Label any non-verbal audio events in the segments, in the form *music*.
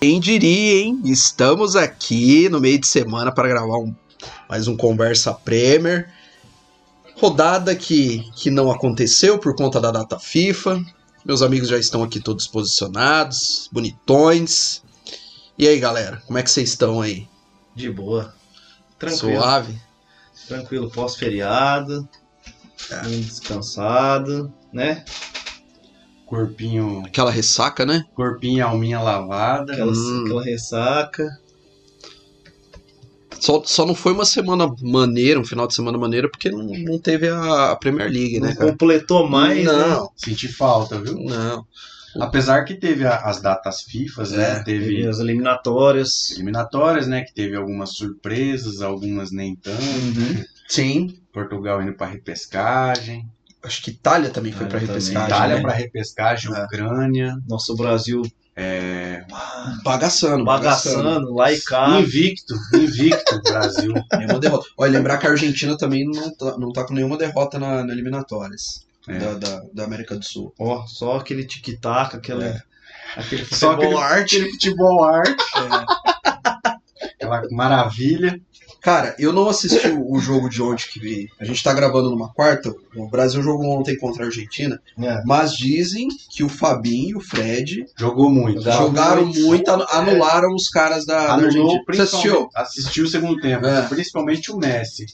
Quem diria, hein? Estamos aqui no meio de semana para gravar um, mais um Conversa Premier. Rodada que, que não aconteceu por conta da data FIFA. Meus amigos já estão aqui todos posicionados, bonitões. E aí, galera, como é que vocês estão aí? De boa. Tranquilo. Suave? Tranquilo, pós-feriado. É. bem Descansado, né? Corpinho, Aquela ressaca, né? corpinho e alminha lavada. Aquela, Hum. aquela ressaca. Só, só não foi uma semana maneira, um final de semana maneira, porque não, não teve a, a Premier League, né, Não cara? completou mais, né? não, Senti falta, viu? não. Apesar que teve a- as datas FIFAs, É, né? Teve Teve as eliminatórias. eliminatórias, né? Que teve algumas surpresas, algumas nem tanto. Uhum. Sim. Portugal indo pra repescagem, Acho que Itália também foi pra Itália também. repescagem. Itália né? pra repescagem, É. Ucrânia, Nosso Brasil é, um Bagaçando, bagaçando lá e Ah. cá. invicto, invicto *laughs* Brasil. Nenhuma derrota. Olha, lembrar que a Argentina também não tá, não tá com nenhuma derrota na, na eliminatórias É. da, da, da América do Sul. Ó, só aquele tic-tac, aquele, É. aquele Só aquele, futebol arte. aquele futebol arte, aquela maravilha. Cara, eu não assisti o o jogo de ontem que vi. A gente tá gravando numa quarta. O Brasil jogou ontem contra a Argentina. É. Mas dizem que o Fabinho e o Fred Jogou muito. Jogaram jogaram muito. muito, anu- anularam os caras da, da Anulou Argentina. Você assistiu? Ah, principalmente. Assistiu o segundo tempo. É. Principalmente o Messi.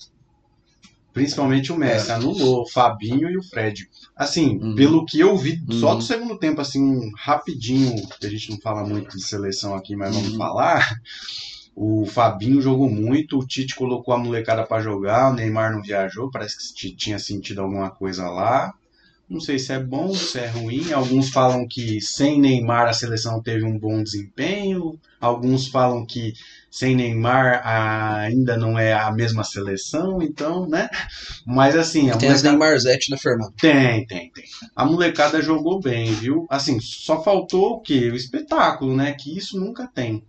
Principalmente o Messi. Anulou o Fabinho e o Fred. Assim, É. Uhum. pelo que eu vi, só Uhum. do segundo tempo, assim, rapidinho, que a gente não fala muito de seleção aqui, mas vamos Uhum. falar. O Fabinho jogou muito, o Tite colocou a molecada pra jogar, o Neymar não viajou, parece que t- tinha sentido alguma coisa lá. Não sei se é bom, se é ruim. Alguns falam que sem Neymar a seleção teve um bom desempenho, alguns falam que sem Neymar a- ainda não é a mesma seleção, então, né? Mas assim, a Tem as molecada- Neymarzete, né, Fernando? tem, tem, tem. A molecada jogou bem, viu? Assim, só faltou o quê? O espetáculo, né? Que isso nunca tem.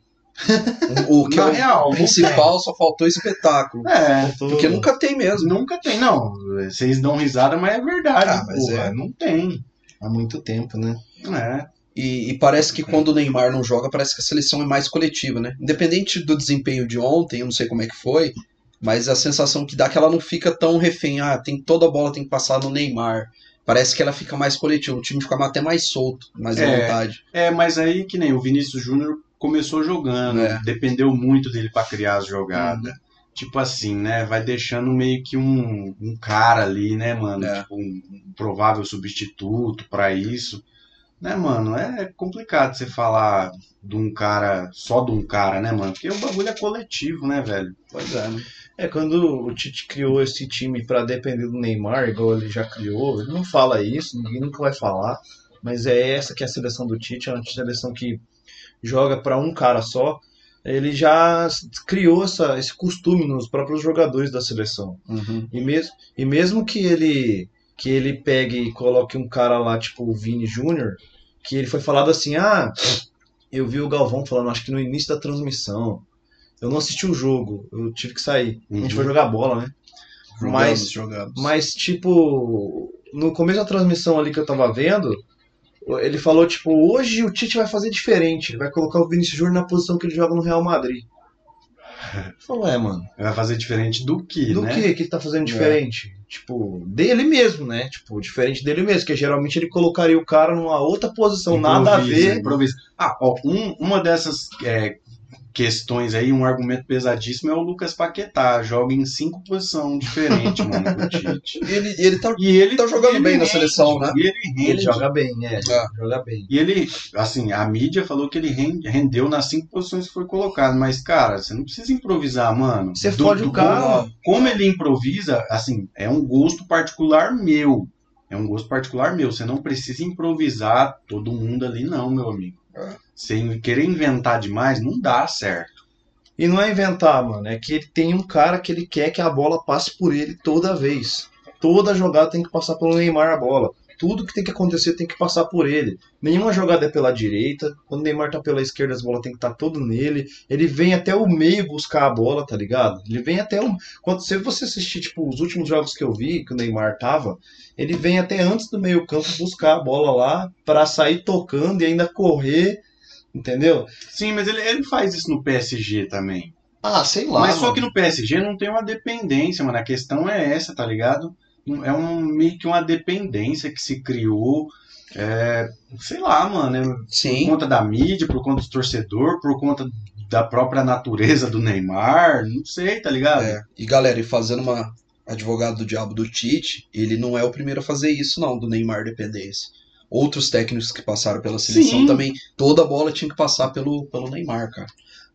O, o que é Na o real, não principal só faltou espetáculo. tem. É, Porque nunca tem mesmo. nunca tem, não. Vocês dão risada, mas é verdade, Ah, mas porra. é. Não tem. Há muito tempo, né? É. E, e parece que quando o Neymar não joga, parece que a seleção é mais coletiva, né? Independente do desempenho de ontem, eu não sei como é que foi, mas a sensação que dá é que ela não fica tão refém. Ah, tem toda a bola tem que passar no Neymar. Parece que ela fica mais coletiva, o time fica até mais solto, mais à É. vontade. É, mas aí que nem o Vinícius Júnior começou jogando, É. dependeu muito dele pra criar as jogadas. Tipo assim, né? Vai deixando meio que um, um cara ali, né, mano? É. Tipo, um, um provável substituto pra isso. Né, mano? É complicado você falar de um cara, só de um cara, né, mano? Porque o bagulho é coletivo, né, velho? Pois é, né? É, quando o Tite criou esse time pra depender do Neymar, igual ele já criou, ele não fala isso, ninguém nunca vai falar, mas é essa que é a seleção do Tite, é uma seleção que joga pra um cara só. Ele já s- criou essa- esse costume nos próprios jogadores da seleção. Uhum. E mesmo, e mesmo que ele que ele pegue e coloque um cara lá, tipo o Vini Júnior, que ele foi falado assim: ah, eu vi o Galvão falando, acho que no início da transmissão. Eu não assisti o jogo, eu tive que sair. A gente foi jogar bola, né? Mas- jogamos. Mas, tipo, no começo da transmissão ali que eu tava vendo, ele falou, tipo, hoje o Tite vai fazer diferente. Ele vai colocar o Vinícius Júnior na posição que ele joga no Real Madrid. *laughs* Falou, é, mano. Vai fazer diferente do que, Do né? que que ele tá fazendo diferente? Tipo, dele mesmo, né? Tipo, diferente dele mesmo, que geralmente ele colocaria o cara numa outra Então, posição, nada a Improvisa, ver. improvisa. Ah, ó, um- uma dessas é, questões aí, um argumento pesadíssimo é o Lucas Paquetá. Joga em cinco posições diferentes, mano, *laughs* do Tite. Ele, ele tá. E ele Tá jogando ele bem na seleção, né? E ele rende. Ele joga bem, é. Ah. Joga bem. E ele, assim, a mídia falou que ele rende- rendeu nas cinco posições que foi colocado, mas, cara, você não precisa improvisar, mano. Você fode o cara. Como, como ele improvisa, assim, é um gosto particular meu. É um gosto particular meu. Você não precisa improvisar todo mundo ali, não, meu amigo. É. Sem querer inventar demais, não dá certo. E não é inventar, mano. É que ele tem um cara que ele quer que a bola passe por ele toda vez. Toda jogada tem que passar pelo Neymar a bola. Tudo que tem que acontecer tem que passar por ele. Nenhuma jogada é pela direita. Quando o Neymar tá pela esquerda, as bolas tem que estar tá todo nele. Ele vem até o meio buscar a bola, tá ligado? Ele vem até o. Quando se você assistir, tipo, os últimos jogos que eu vi, que o Neymar tava, ele vem até antes do meio-campo buscar a bola lá pra sair tocando e ainda correr Entendeu? Sim, mas ele, ele faz isso no PSG também. Ah, sei lá. mas só mano. que no PSG não tem uma dependência, mano. A questão é essa, tá ligado? Um- É um, meio que uma dependência que se criou. é, sei lá, mano. é por Sim. conta da mídia, por conta do torcedor, por conta da própria natureza do Neymar. Não sei, tá ligado? É. E galera, e fazendo uma advogado do diabo do Tite, ele não é o primeiro a fazer isso, não, do Neymar dependência. Outros técnicos que passaram pela seleção Sim. também, toda bola tinha que passar pelo, pelo Neymar, cara.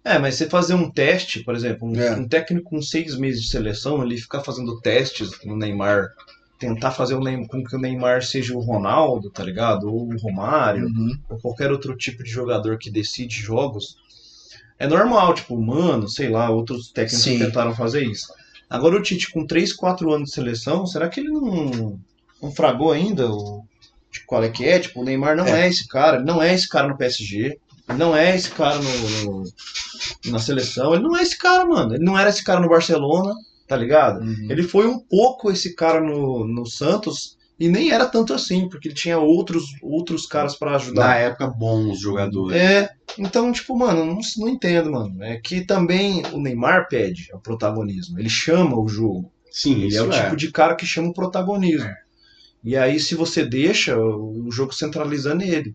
É, mas você fazer um teste, por exemplo, um, É. um técnico com seis meses de seleção, ele ficar fazendo testes no Neymar, tentar fazer o Neymar, com que o Neymar seja o Ronaldo, tá ligado? Ou o Romário, Uhum. ou qualquer outro tipo de jogador que decide jogos, é normal, tipo, mano, sei lá, outros técnicos Sim. tentaram fazer isso. Agora o Tite, com 3, 4 anos de seleção, será que ele não, não fragou ainda o, de qual é que é? Tipo, o Neymar não é. esse cara, ele não é esse cara no PSG, ele não é esse cara no, no- na seleção, ele não é esse cara, mano, ele não era esse cara no Barcelona, tá ligado? Uhum. Ele foi um pouco esse cara no, no Santos e nem era tanto assim, porque ele tinha outros, outros caras pra ajudar. Na época, bons jogadores. É, então, tipo, mano, não, não entendo, mano. É que também o Neymar pede o protagonismo. Ele chama o jogo. Sim, Ele é isso o tipo de cara que chama o protagonismo. E aí, se você deixa, o jogo centraliza nele.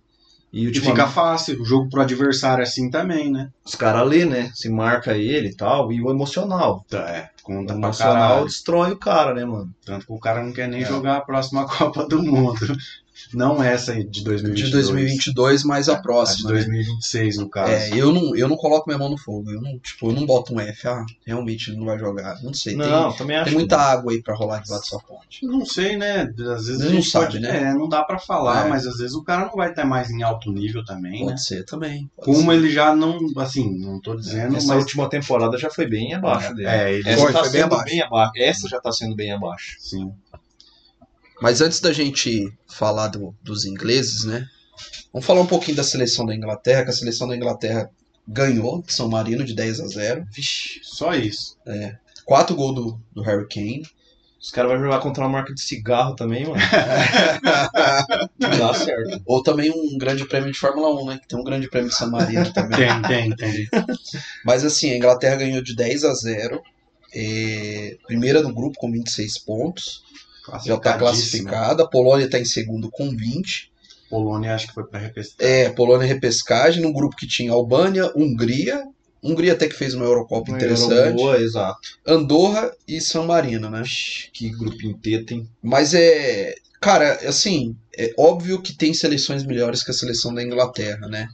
E, E ultimamente, fica fácil. O jogo pro adversário é assim também, né? os caras lê, né? Se marca ele e tal. E o emocional. Tá, é. O Conta pra emocional caralho. destrói o cara, né, mano? Tanto que o cara não quer nem É. jogar a próxima *laughs* Copa do Mundo. Não essa aí de 2022. De 2022, mais a A de próxima. né? 2026, no caso. É, eu não, eu não coloco minha mão no fogo. Eu não, tipo, eu não boto um F, ah, realmente ele não vai jogar. Não sei. tem- não, também tem, acho. muita água aí pra rolar debaixo da sua ponte. Não sei, né? Às vezes Não a gente sabe, pode- né? É, não dá pra falar, É. mas às vezes o cara não vai estar mais em alto nível também, né? Pode ser É, também. pode Como ele já não, assim, não tô dizendo, Essa mas última temporada já foi bem abaixo dele. é, ele Essa Foi, tá foi bem sendo abaixo. bem abaixo. Essa já tá sendo bem abaixo. sim. Mas antes da gente falar do- dos ingleses, né? Vamos falar um pouquinho da seleção da Inglaterra, que a seleção da Inglaterra ganhou de São Marino de 10 a 0. Vixe, só isso. Quatro gols do, do Harry Kane. Os caras vão jogar contra uma marca de cigarro também, *laughs* mano. Não dá *laughs* certo. Ou também um grande prêmio de Fórmula 1, né? Que tem um grande prêmio de São Marino também. Tem, tem, *laughs* tem. Mas assim, a Inglaterra ganhou de 10 a 0. é, primeira no grupo com 26 pontos. Já está Classificadíssimo. classificada. A Polônia está em segundo com 20. Polônia acho que foi pra repescar. É, Polônia repescagem, num grupo que tinha Albânia, Hungria. Hungria até que fez uma Eurocopa interessante. Boa, exato. Andorra e San Marino, né? Que grupinho teta, hein? Mas é. Cara, assim, é óbvio que tem seleções melhores que a seleção da Inglaterra, né?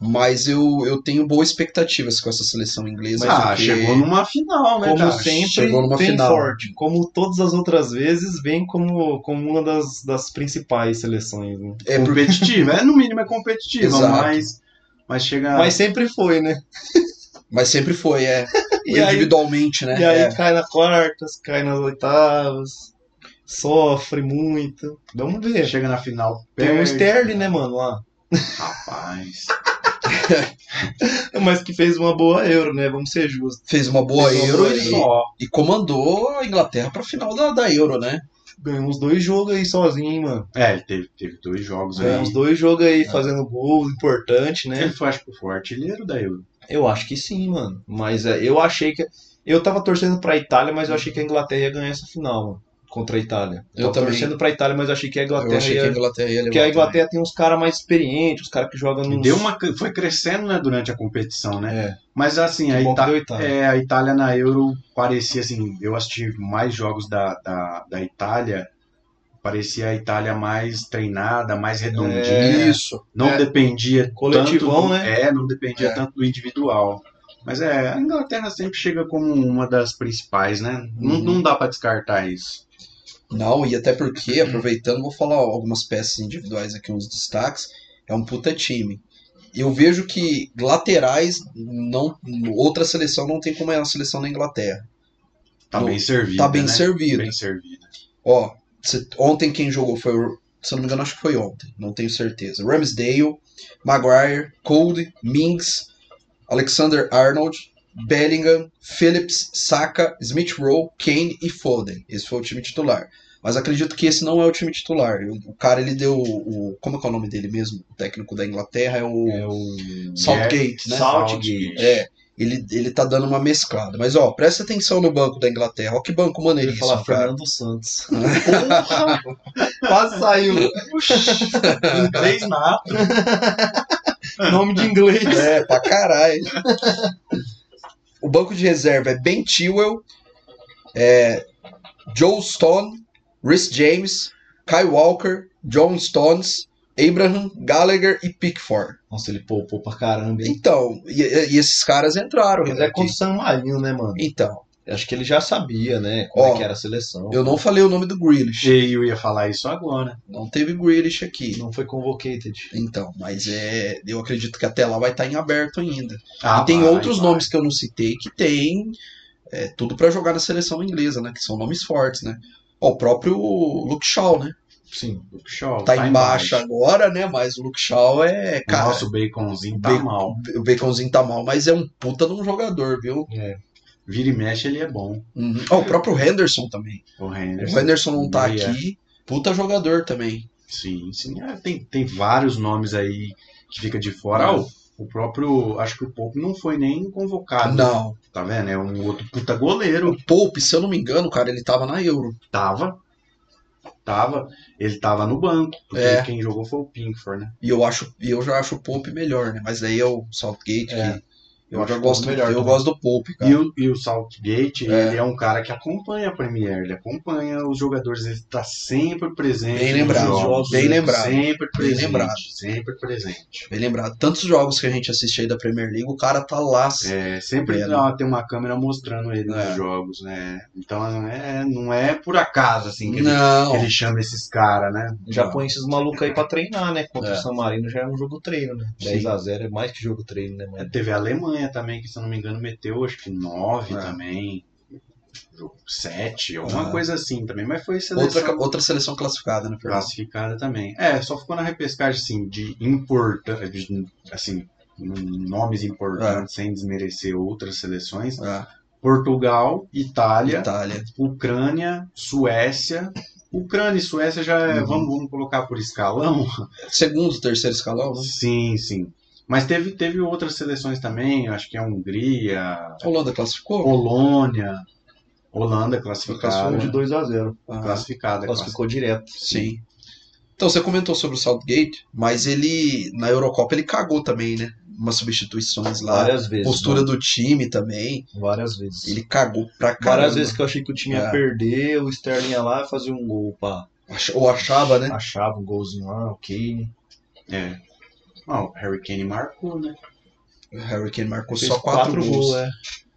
Mas eu, eu tenho boas expectativas com essa seleção inglesa. ah, porque- chegou numa final, né, Como cara? sempre, chegou numa vem final. forte. Como todas as outras vezes, vem como, como uma das, das principais seleções, né? É porque competitiva. É, no mínimo é competitiva, Exato. mas, mas chega... Mas sempre foi, né? Mas sempre foi, é. *laughs* E aí- Individualmente, né? E aí É. cai nas quartas, cai nas oitavas, sofre muito. Vamos é. ver. Chega na final, um Tem o perde. Sterling, né, mano, lá. *laughs* Rapaz. Mas que fez uma boa euro, né? Vamos ser justos. Fez uma boa Fez uma Euro boa e, Só. e comandou a Inglaterra pra final da, da Euro, né? Ganhou uns dois jogos aí sozinho, hein, mano. É, ele teve, teve dois jogos né? aí. Ganhou uns dois jogos aí fazendo gol, importante, né? Ele foi, acho que foi artilheiro da Euro. Eu acho que sim, mano. Mas é, eu achei que. Eu tava torcendo pra Itália, mas eu achei que a Inglaterra ia ganhar essa final, mano. Contra a Itália. Eu tava também. torcendo pra Itália, mas eu achei que a eu Inglaterra achei ia. que a Inglaterra ia levar. Porque a também. Inglaterra tem uns caras mais experientes, os caras que jogam E nos. Deu uma, foi crescendo né, durante a competição, né? É. tá. Mas assim, Que a, bom que Ita- deu Itália. é, a Itália na Euro parecia assim, eu assisti mais jogos da, da, da Itália, parecia a Itália mais treinada, mais redondinha, Isso. não É. dependia Coletivão, tanto do, né? É, não dependia É. tanto do individual. Mas é, a Inglaterra sempre chega como uma das principais, né? Não, Uhum. não dá pra descartar isso. Não, e até porque, Uhum. aproveitando, vou falar algumas peças individuais aqui, uns destaques. É um puta time. Eu vejo que laterais, não, outra seleção não tem como é a seleção da Inglaterra. Tá Não, bem servido. tá bem né? servido. Bem servido. Ó, se- ontem quem jogou foi o. Se eu não me engano, acho que foi ontem, não tenho certeza. Ramsdale, Maguire, Cole, Mings, Alexander Arnold, Bellingham, Phillips, Saka, Smith Rowe, Kane e Foden. Esse foi o time titular. Mas acredito que esse não é o time titular. O, o cara, ele deu o, o- Como é que é o nome dele mesmo? O técnico da Inglaterra é o É o Southgate, né? Southgate. É. Ele, ele tá dando uma mesclada. Mas, ó, presta atenção no banco da Inglaterra. Ó que banco Eu ia falar maneiríssimo, cara. Fernando *laughs* Santos. Porra! Quase saiu. Inglês nato. *laughs* Nome de inglês. É, pra caralho. O banco de reserva é Ben Chilwell, é, Joe Stone, Rhys James, Kai Walker, John Stones, Abraham, Gallagher e Pickford. Nossa, ele poupou pra caramba. hein? Então, e, e esses caras entraram. Mas é aqui. contra o San Marino, né, mano? Então, Acho que ele já sabia, né? Como Ó, é que era a seleção. eu não falei o nome do Grealish. Cheio, eu ia falar isso agora. Não teve Grealish aqui. Não foi convocated. Então, mas é, eu acredito que até lá vai estar em aberto ainda. Ah, E tem vai, outros vai. nomes que eu não citei que tem é, tudo pra jogar na seleção inglesa, né? Que são nomes fortes, né? Ó, o próprio Luke Shaw, né? Sim. Luke Shaw, Tá, em baixa agora, né? Mas o Luke Shaw é. Cara, Nossa, o baconzinho tá Bacon- mal. o Baconzinho tá mal, mas é um puta de um jogador, viu? É. Vira e mexe, ele é bom. Uhum. Ó, o próprio Henderson também. O O Henderson. é. Henderson não tá Meia. aqui. Puta jogador também. Sim, sim. É, tem, tem vários nomes aí que fica de fora. Ah, o, o próprio. Acho que o Pope não foi nem convocado. Não. Tá vendo? É um outro puta goleiro. O Pope, se eu não me engano, cara, ele tava na Euro. Tava. Tava. Ele tava no banco. Porque É. quem jogou foi o Pinkford, né? E eu acho, e eu já acho o Pope melhor, né? Mas daí é o Southgate É. que. Eu, acho já o gosto Pope melhor Eu também. gosto do Pope, cara. E o, e o Southgate, É. ele é um cara que acompanha a Premier, ele acompanha os jogadores, ele está sempre presente. Bem nos lembrado, jogos, bem ele lembrado, Sempre presente. lembrado. Sempre presente. Bem lembrado. Tantos jogos que a gente assiste aí da Premier League, o cara tá lá. É, sempre É, dá- tem uma câmera mostrando ele É. nos jogos, né? Então é, não é por acaso assim que ele, Não. que ele chama esses caras, né? Já Não. põe esses malucos aí pra treinar, né? Contra É. o San Marino já é um jogo treino, né? 10x0 é mais que jogo treino, né, mano? Teve a É Alemanha também, que se eu não me engano, meteu acho que nove É. também. Jogo Sete, alguma É. coisa assim também, mas foi seleção. Outra, outra seleção classificada, né, Fernando? classificada também. É, só ficou na repescagem, assim, de importante, assim, n- nomes importantes, É. sem desmerecer outras seleções. Ah, Portugal, Itália, É, Itália. Ucrânia, Suécia. Ucrânia e Suécia já é, Uhum. vamos, vamos colocar por escalão? Segundo, terceiro escalão, né? Sim, sim. Mas teve, teve outras seleções também, acho que é a Hungria, A Holanda classificou? Polônia, Holanda Classificou É, classificada. de 2x0. Ah, Classificada, classificada. Classificou direto. sim. Então, você comentou sobre o Southgate, mas ele, na Eurocopa, ele cagou também, né? Umas substituições lá. Várias vezes. Postura mano. do time também. Várias vezes. Ele cagou pra caramba. Várias vezes que eu achei que o time ia É. perder, o Sterling ia lá e fazia um gol, pá. Ach- Ou achava, né? Achava um golzinho lá, o Kane. É. Bom, o Harry Kane marcou, né? O Harry Kane marcou Fez só quatro, gols. é.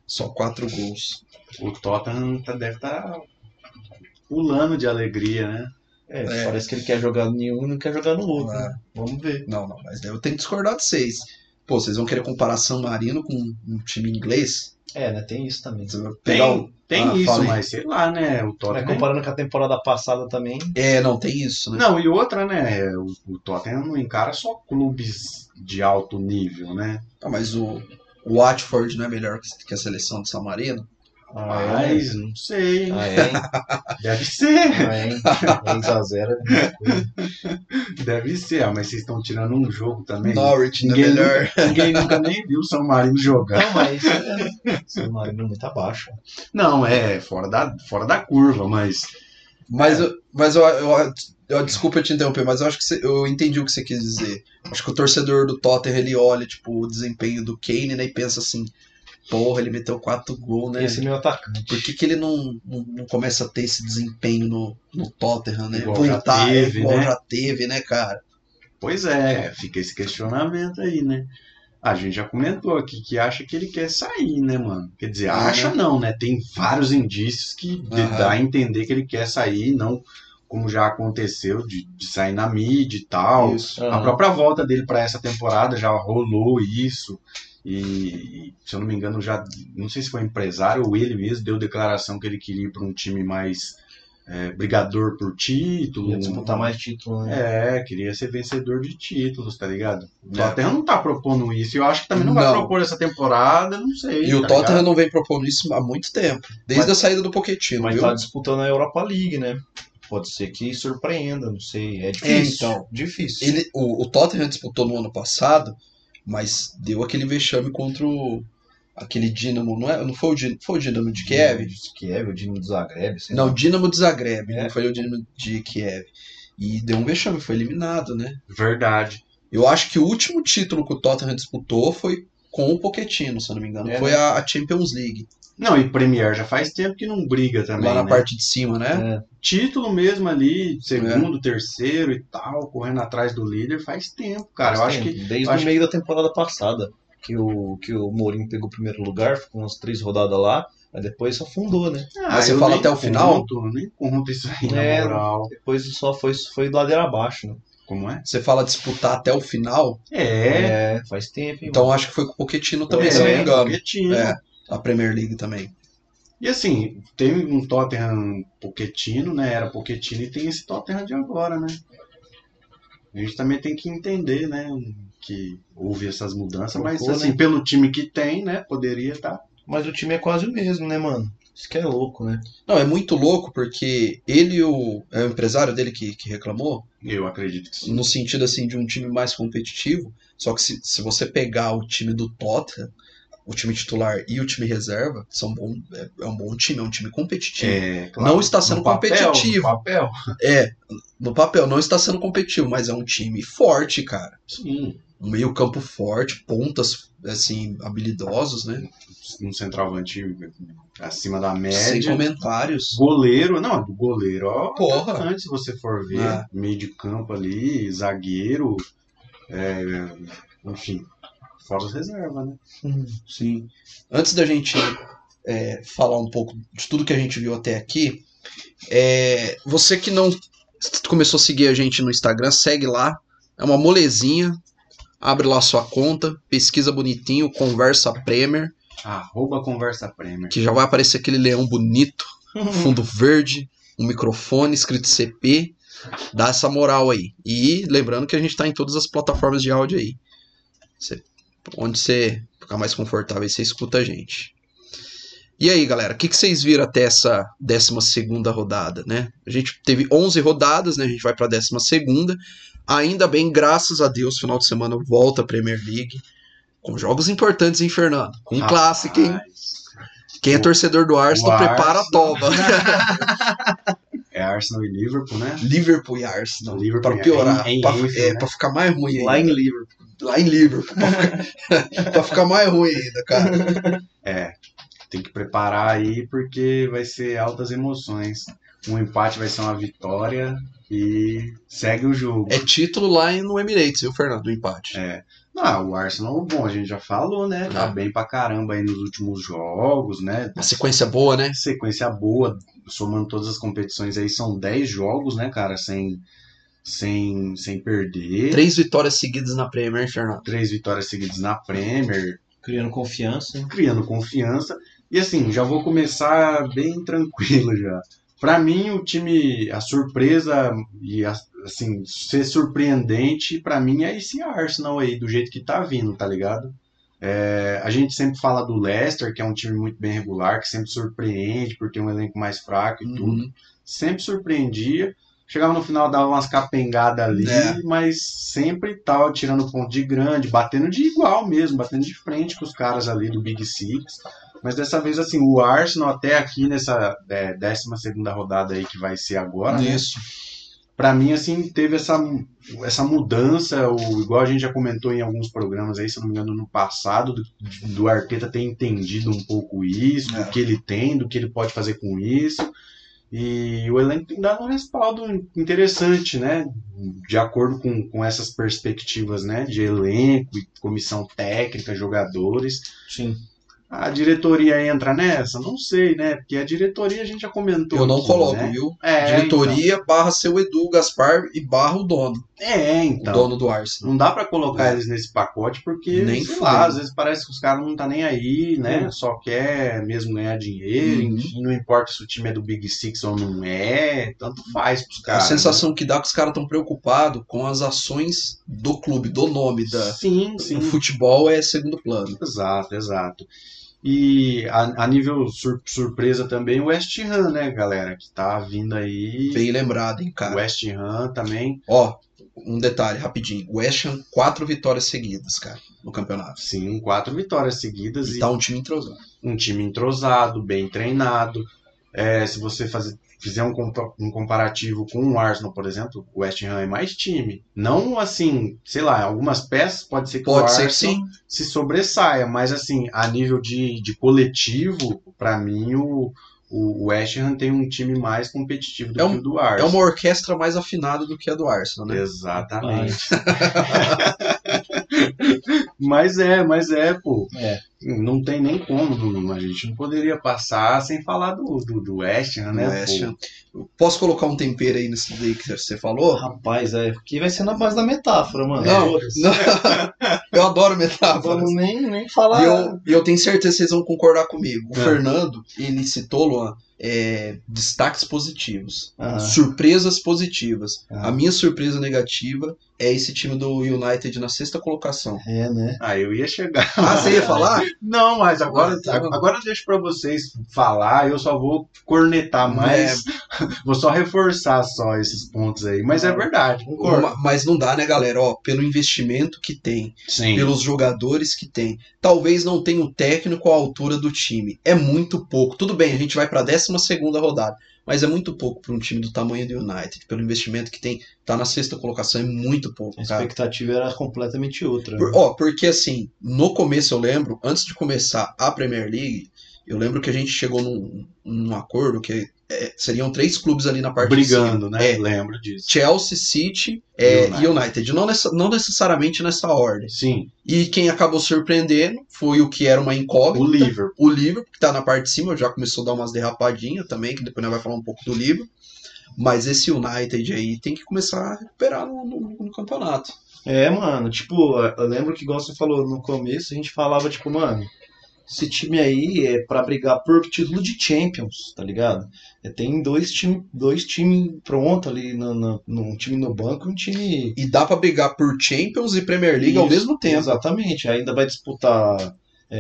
Só quatro gols. O Tottenham tá, deve estar pulando de alegria, né? É, É. parece que ele quer jogar em um e não quer jogar no outro. Ah. né? Vamos ver. Não, não, mas daí eu tenho que discordar de vocês. Pô, vocês vão querer comparar San Marino com um time inglês? É, né? Tem isso também. Você vai pegar o- Tem, tem Ah, isso, fala aí. mas sei lá, né? O É, Tottenham. comparando com a temporada passada também. É, não, tem isso, né? Não, e outra, né? O, o Tottenham não encara só clubes de alto nível, né? Ah, mas o, o Watford não é melhor que- que a seleção de San Marino? é. Mas não sei. Ah, é, hein? *laughs* Deve ser, *laughs* Ah, é, hein? 2x0 é muita coisa. deve ser. Ah, mas vocês estão tirando um jogo também. Norwich não é Ninguém- melhor. Ninguém nunca nem viu o São Marino jogar. Não, mas. é, San Marino é muito abaixo. Não, é fora da, fora da curva, mas É. Mas, eu, mas eu, eu- eu- desculpa eu te interromper, mas eu acho que você- eu entendi o que você quis dizer. Acho que o torcedor do Tottenham, ele olha, tipo, o desempenho do Kane, né, e pensa assim, porra, ele meteu quatro gols, né? Esse é meu atacante. Por que, que ele não, não, não começa a ter esse desempenho no, no Tottenham, né? Igual já Voltar, é, teve, igual né? já teve, né, cara? Pois é, fica esse questionamento aí, né? A gente já comentou aqui que acha que ele quer sair, né, mano? Quer dizer, Uhum. Ah, acha né? não, né? Tem vários indícios que de- Aham. dá a entender que ele quer sair, não como já aconteceu de, de sair na mídia e tal. Isso. Uhum. A própria volta dele para essa temporada já rolou isso. E, se eu não me engano, já não sei se foi empresário ou ele mesmo deu declaração que ele queria ir para um time mais eh, brigador por título, Ia disputar mais título, né? é, queria ser vencedor de títulos, tá ligado? O É. Tottenham não tá propondo isso. Eu acho que também não, vai Não. propor essa temporada, não sei. E o tá Tottenham ligado? não vem propondo isso há muito tempo. Desde a saída do Pochettino, tá Mas viu? tá disputando a Europa League, né? Pode ser que surpreenda, não sei. É difícil. então. Difícil. Ele, o, o Tottenham disputou no ano passado, mas deu aquele vexame contra o, aquele Dinamo, não, é, não foi, o Dinamo, foi o Dinamo é de Kiev? De Kiev, o Dinamo do Zagreb. sei Não, lá. Dinamo de Zagreb, É. não foi o Dinamo de Kiev. E deu um vexame, foi eliminado, né? Verdade. Eu acho que o último título que o Tottenham disputou foi com o Pochettino, se eu não me engano. É, foi né? a, a Champions League, Não, e Premier já faz tempo que não briga também. lá na né? parte de cima, né? É. Título mesmo ali, É. segundo, terceiro e tal, correndo atrás do líder, faz tempo, cara. Faz eu acho tempo, que. desde eu acho o meio da temporada passada que o que o Mourinho pegou o primeiro lugar, ficou umas três rodadas lá, aí depois afundou, né? Ah, Mas você eu fala nem até o final? conto, eu nem conto isso aí, É. na moral. Depois só foi foi ladeira abaixo, né? Como é? Você fala disputar até o final, É, faz tempo. hein, então acho que foi com o Pochettino também, É, se eu não me né? engano. Pochettino. É, a Premier League também. E assim, tem um Tottenham Pochettino, né? Era Pochettino e tem esse Tottenham de agora, né? A gente também tem que entender, né? Que houve essas mudanças, mas Trocou, assim, né? pelo time que tem, né? Poderia estar. Mas o time é quase o mesmo, né, mano? Isso que é louco, né? Não, é muito louco porque ele, e o, é o empresário dele que, que reclamou, Eu acredito que sim. no sentido assim de um time mais competitivo. Só que se, se você pegar o time do Tottenham, o time titular e o time reserva, são bom, é, é um bom time, é um time competitivo. É, Não está sendo No papel, competitivo. no papel. É, no papel não está sendo competitivo, mas é um time forte, cara. Sim. Um meio-campo forte, pontas assim habilidosos, né? Um centroavante acima da Sem média. comentários. Goleiro, não, do goleiro, ó. Porra. atacante, se você for ver, É. meio de campo ali, zagueiro, é, enfim, fora as reservas, né? Sim. Antes da gente é, falar um pouco de tudo que a gente viu até aqui, é, você que não começou a seguir a gente no Instagram, segue lá. É uma molezinha. Abre lá sua conta, pesquisa bonitinho, conversa Premier, Arroba Conversa Premier. que já vai aparecer aquele leão bonito, um fundo verde, um microfone escrito CP. Dá essa moral aí. E lembrando que a gente tá em todas as plataformas de áudio aí. Você- onde você ficar mais confortável, aí você escuta a gente. E aí, galera, o que, que vocês viram até essa 12 rodada, né? A gente teve 11 rodadas, né? A gente vai pra 12. Ainda bem, graças a Deus, final de semana volta a Premier League. Com jogos importantes, hein, Fernando? Um Rapaz, clássico, hein? Quem é torcedor do Arsenal, O prepara a Arsenal. *laughs* toba. É Arsenal e Liverpool, né? Então, Liverpool e Arsenal. Liverpool para e- piorar, em- em pra- Anfield, é, É, né? pra ficar mais ruim Lá em ainda. Liverpool. Lá em Liverpool. Pra *laughs* ficar, pra ficar mais ruim ainda, cara. Tem que preparar aí porque vai ser altas emoções. Um empate vai ser uma vitória e segue o jogo. É título lá em- no Emirates, viu, Fernando? Do empate. É. Ah, o Arsenal, bom, a gente já falou, né? Tá É. bem pra caramba aí nos últimos jogos, né? Uma sequência boa, né? sequência boa, somando todas as competições aí, são 10 jogos, né, cara, sem, sem, sem perder. Três. Três vitórias seguidas na Premier, hein, Fernando? vitórias seguidas na Premier, Criando confiança. né? criando confiança. E assim, já vou começar bem tranquilo *laughs* já. Pra mim, o time, a surpresa e a- assim, ser surpreendente, pra mim é esse Arsenal aí, do jeito que tá vindo, tá ligado? É, a gente sempre fala do Leicester, que é um time muito bem regular, que sempre surpreende por ter um elenco mais fraco e tudo. Uhum. sempre surpreendia. Chegava no final, dava umas capengadas ali, É. mas sempre tava tirando ponto de grande, batendo de igual mesmo, batendo de frente com os caras ali do Big Six. Mas dessa vez, assim, o Arsenal até aqui nessa é, 12 rodada aí que vai ser agora, né? Isso. Pra mim, assim, teve essa, essa mudança, o, igual a gente já comentou em alguns programas aí, se eu não me engano, no passado, do, do Arteta ter entendido um pouco isso, É. do que ele tem, do que ele pode fazer com isso. E o elenco tem dado um respaldo interessante, né? De acordo com, com essas perspectivas, né? De elenco, e comissão técnica, jogadores. Sim. A diretoria entra nessa? Não sei, né? Porque a diretoria a gente já comentou. Eu não aqui, coloco, né? viu? É, Diretoria barra seu Edu Gaspar e barra o dono. Então. É, O então. dono do Arsenal. Não dá pra colocar eles nesse pacote porque, É. Nem sei fudendo. É. lá, às vezes parece que os caras não tá nem aí, né? Hum. Só quer mesmo ganhar dinheiro, Uhum. enfim, não importa se o time é do Big Six ou não é, tanto faz pros a caras. né? sensação que dá é que os caras estão preocupados com as ações do clube, do nome né? da. Sim, O sim. futebol é segundo plano. Exato, exato. E a, a nível sur- surpresa também, o West Ham, né, galera? Que tá vindo aí. Bem lembrado, hein, cara. West Ham também. Ó, um detalhe rapidinho. O West Ham, quatro vitórias seguidas, cara, no campeonato. Sim, quatro vitórias seguidas E e tá um time entrosado. um time entrosado, bem treinado. É, se você fazer, fizer um, compa- um comparativo com o Arsenal, por exemplo, o West Ham é mais time. Não assim, sei lá, algumas peças pode ser que o Pode ser Arsenal que sim. se sobressaia, mas assim, a nível de, de coletivo, pra mim o, o West Ham tem um time mais competitivo do É um- que o do É Arsenal. uma orquestra mais afinada do que a do Arsenal, né? Exatamente. *laughs* mas é, mas é, pô. É. Não tem nem como, Bruno. A gente não poderia passar sem falar do, do, do West Ham, né? Do é, West pô? Ham. Posso colocar um tempero aí nesse daí que você falou? Rapaz, é, aqui vai ser na base da metáfora, mano. Não, *laughs* Foda-se. não. eu adoro metáforas. Ah, Vamos nem, nem falar. E eu, e eu tenho certeza que vocês vão concordar comigo. O Ah. É. Fernando, ele citou, Luan, é, destaques positivos, Aham. surpresas positivas. Ah. A minha surpresa negativa é esse time do United na sexta colocação. É, né? Ah, eu ia chegar. Ah, você ia falar? Não, mas agora, Tá bom. agora eu deixo pra vocês falar. Eu só vou cornetar mais. É. *laughs* Vou só reforçar só esses pontos aí. Mas é verdade. Ma- Mas não dá, né, galera? Ó, pelo investimento que tem, Sim. pelos jogadores que tem, talvez não tenha um técnico à altura do time. É muito pouco. Tudo bem, a gente vai para a 12 segunda rodada, mas é muito pouco para um time do tamanho do United. Pelo investimento que tem, tá na sexta colocação, é muito pouco, A cara. expectativa era completamente outra. Por- né? ó, porque assim, no começo eu lembro, antes de começar a Premier League, eu lembro que a gente chegou num, num acordo que é, seriam três clubes ali na parte de cima. Brigando, né? É. Lembro disso. Chelsea, City é, United. e United. Não, nessa- não necessariamente nessa ordem. Sim. E quem acabou surpreendendo foi o que era uma incógnita. O Liverpool. O Liverpool, que tá na parte de cima, já começou a dar umas derrapadinhas também, que depois nós vai falar um pouco do Liverpool. Mas esse United aí tem que começar a recuperar no, no- no campeonato. É, mano, tipo, eu lembro que igual você falou no começo, a gente falava, tipo, mano, esse time aí é pra brigar por título de Champions, tá ligado? É, tem dois times dois time pronto ali, no, no, um time no banco e um time. E dá pra brigar por Champions e Premier League ao Isso, mesmo tempo. Exatamente, ainda vai disputar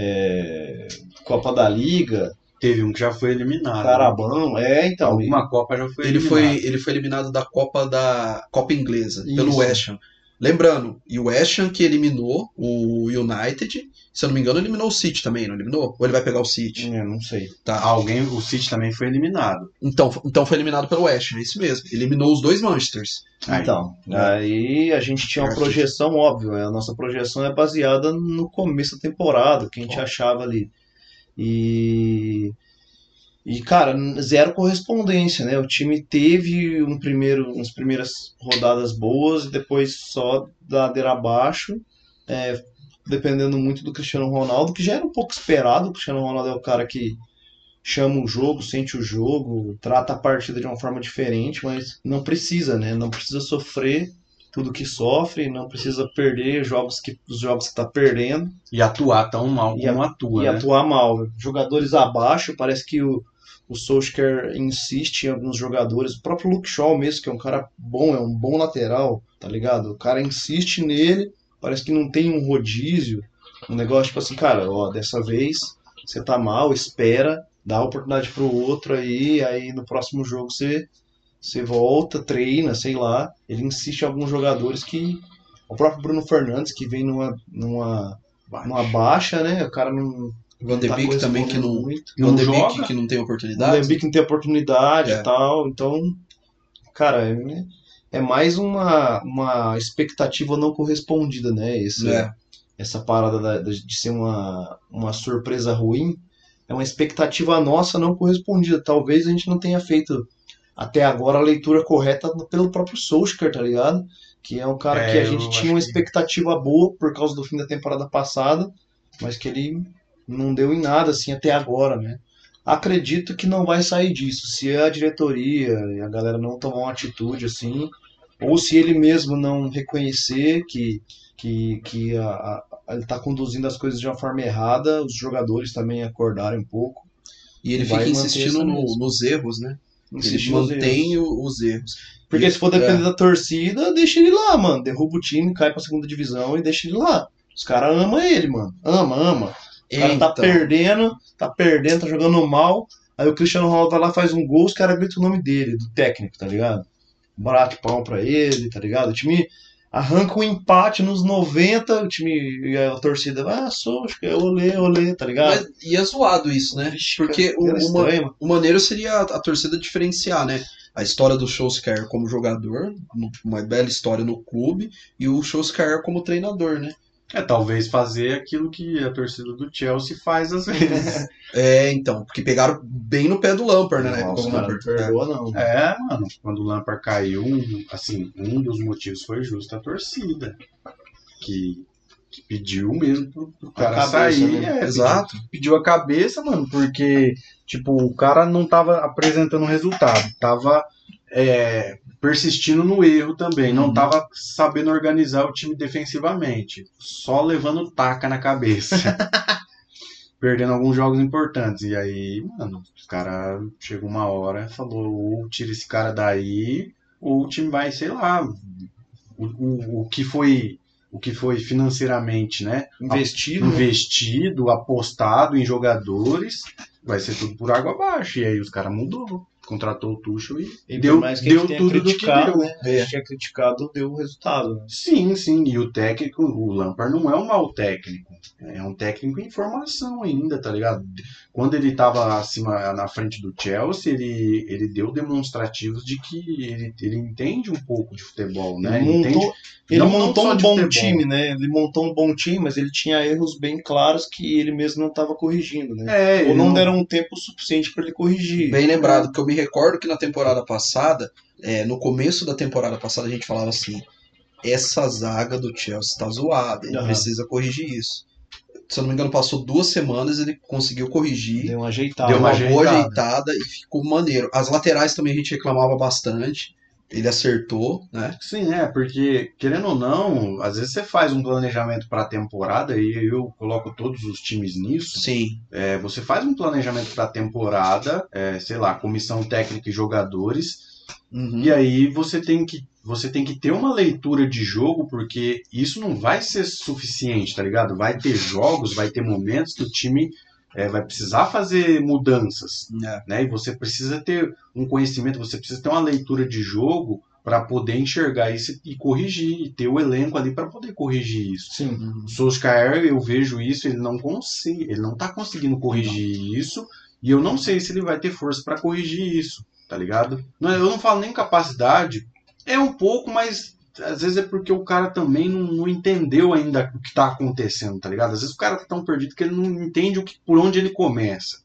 é, Copa da Liga, Teve um que já foi eliminado. Carabão, é, então. Uma Copa já foi Ele foi, eliminado. ele foi eliminado da Copa da Copa Inglesa pelo Isso. West Ham. Lembrando, e o West Ham que eliminou o United, se eu não me engano, eliminou o City também, não eliminou? Ou ele vai pegar o City? Eu É, não sei. Tá. Alguém, o City também foi eliminado. Então, então foi eliminado pelo West Ham, é isso mesmo. Eliminou os dois Manchesters. Aí, Então, aí a gente tinha uma Certo. projeção óbvia. A nossa projeção é baseada no começo da temporada, o que a gente achava ali. E. E, cara, zero correspondência, né? O time teve um primeiro, umas primeiras rodadas boas e depois só da ladeira abaixo, é, dependendo muito do Cristiano Ronaldo, que já era um pouco esperado. O Cristiano Ronaldo é o cara que chama o jogo, sente o jogo, trata a partida de uma forma diferente, mas não precisa, né? Não precisa sofrer tudo que sofre, não precisa perder jogos que, os jogos que tá perdendo E atuar tão mal E como atua, e né? atuar mal. Jogadores abaixo, parece que o, o Solskjaer insiste em alguns jogadores, o próprio Luke Shaw mesmo, que é um cara bom, é um bom lateral, tá ligado? O cara insiste nele, parece que não tem um rodízio, um negócio tipo assim, cara, ó, dessa vez você tá mal, espera, dá a oportunidade pro outro aí, aí no próximo jogo você, você volta, treina, sei lá. Ele insiste em alguns jogadores que. O próprio Bruno Fernandes, que vem numa, numa, numa baixa, né? O cara não. Van de tá Beek também que correspondendo não, Muito. Não Van de joga. Beek que não tem O oportunidade. Lembic não tem oportunidade É. e tal. Então, cara, é, é mais uma, uma expectativa não correspondida, né? Esse, É. essa parada da- da- de ser uma, uma surpresa ruim é uma expectativa nossa não correspondida. Talvez a gente não tenha feito até agora a leitura correta pelo próprio Solskjaer, tá ligado? Que é um cara É, que a eu gente acho tinha uma que- expectativa boa por causa do fim da temporada passada, mas que ele não deu em nada assim até agora, né? Acredito que não vai sair disso. Se a diretoria e a galera não tomar uma atitude assim, ou se ele mesmo não reconhecer que, que, que a- a- a- ele está conduzindo as coisas de uma forma errada, os jogadores também acordarem um pouco. E ele Vai fica manter insistindo essa no- mesma. nos erros, né? Ele Insistir nos erros. mantém o- os erros. Porque se for É. depender da torcida, deixa ele lá, mano. Derruba o time, cai pra segunda divisão e deixa ele lá. Os caras amam ele, mano. Ama, ama. O cara tá Então. perdendo, tá perdendo, tá jogando mal. Aí o Cristiano Ronaldo vai lá, faz um gol, os caras gritam o nome dele, do técnico, tá ligado? Bate pão pra ele, tá ligado? O time arranca um empate nos 90, o time e a torcida vai, ah, Solskjaer, olê, olê, tá ligado? Mas ia zoado isso, né? Porque o, uma, Era estranho, mano. o maneiro seria a, a torcida diferenciar, né? A história do Solskjaer como jogador, no- uma bela história no clube, e o Solskjaer como treinador, né? É, talvez fazer aquilo que a torcida do Chelsea faz às *laughs* vezes. É, então, porque pegaram bem no pé do Lampard, né? na Não, época os do caras não Lampard. perdoa, não. é, mano, quando o Lampard caiu, um- assim, um dos motivos foi justo a torcida, que, que pediu mesmo pro, pro A cara cabeça, sair. né? é, pediu- Exato. pediu a cabeça, mano, porque, tipo, o cara não tava apresentando resultado, tava é, persistindo no erro também, não Uhum. tava sabendo organizar o time defensivamente, só levando taca na cabeça. Perdendo alguns jogos importantes. E aí, mano, os caras chegou uma hora e falou, ou tira esse cara daí, ou o time vai, sei lá, o, o, o que foi o que foi financeiramente, né? Investido, né? investido, apostado em jogadores, vai ser tudo por água abaixo. E aí os caras mudou, contratou o Tuchel e, E por deu, mais que a gente deu tenha tudo do que criticado, né? deu. né? A gente tinha criticado, deu o resultado, né? Sim, sim. E o técnico, o Lampard não é um mau técnico. É um técnico em formação ainda, tá ligado? Quando ele tava acima, na frente do Chelsea, ele, ele deu demonstrativos de que ele, ele entende um pouco de futebol, né? Ele montou, entende, Ele não- não montou só um de bom futebol. time, né? Ele montou um bom time, mas ele tinha erros bem claros que ele mesmo não estava corrigindo, né? É, ele Ou não não- deram um tempo suficiente para ele corrigir. É. Bem lembrado, que eu me recordo que na temporada passada, é, no começo da temporada passada, a gente falava assim: essa zaga do Chelsea tá zoada, ele Aham. precisa corrigir isso. Se eu não me engano, passou duas semanas, ele conseguiu corrigir, Deu uma ajeitada. deu uma, uma boa ajeitada. ajeitada e ficou maneiro. As laterais também a gente reclamava bastante, ele acertou, né? Sim, é, porque, querendo ou não, às vezes você faz um planejamento para a temporada, e eu coloco todos os times nisso. Sim, É, você faz um planejamento para a temporada, é, sei lá, comissão técnica e jogadores, uhum, e é- aí você tem que. Você tem que ter uma leitura de jogo, porque isso não vai ser suficiente, tá ligado? Vai ter jogos, vai ter momentos que o time é, vai precisar fazer mudanças é, né? E você precisa ter um conhecimento, você precisa ter uma leitura de jogo para poder enxergar isso e corrigir, e ter o elenco ali para poder corrigir isso. Sim. uhum. O Solskjaer, eu vejo isso, ele não consegue, ele não tá conseguindo corrigir isso, e eu não sei se ele vai ter força para corrigir isso, tá ligado? Não, eu não falo nem capacidade, é um pouco, mas às vezes é porque o cara também não, não entendeu ainda o que tá acontecendo, tá ligado? Às vezes o cara tá tão perdido que ele não entende o que, por onde ele começa.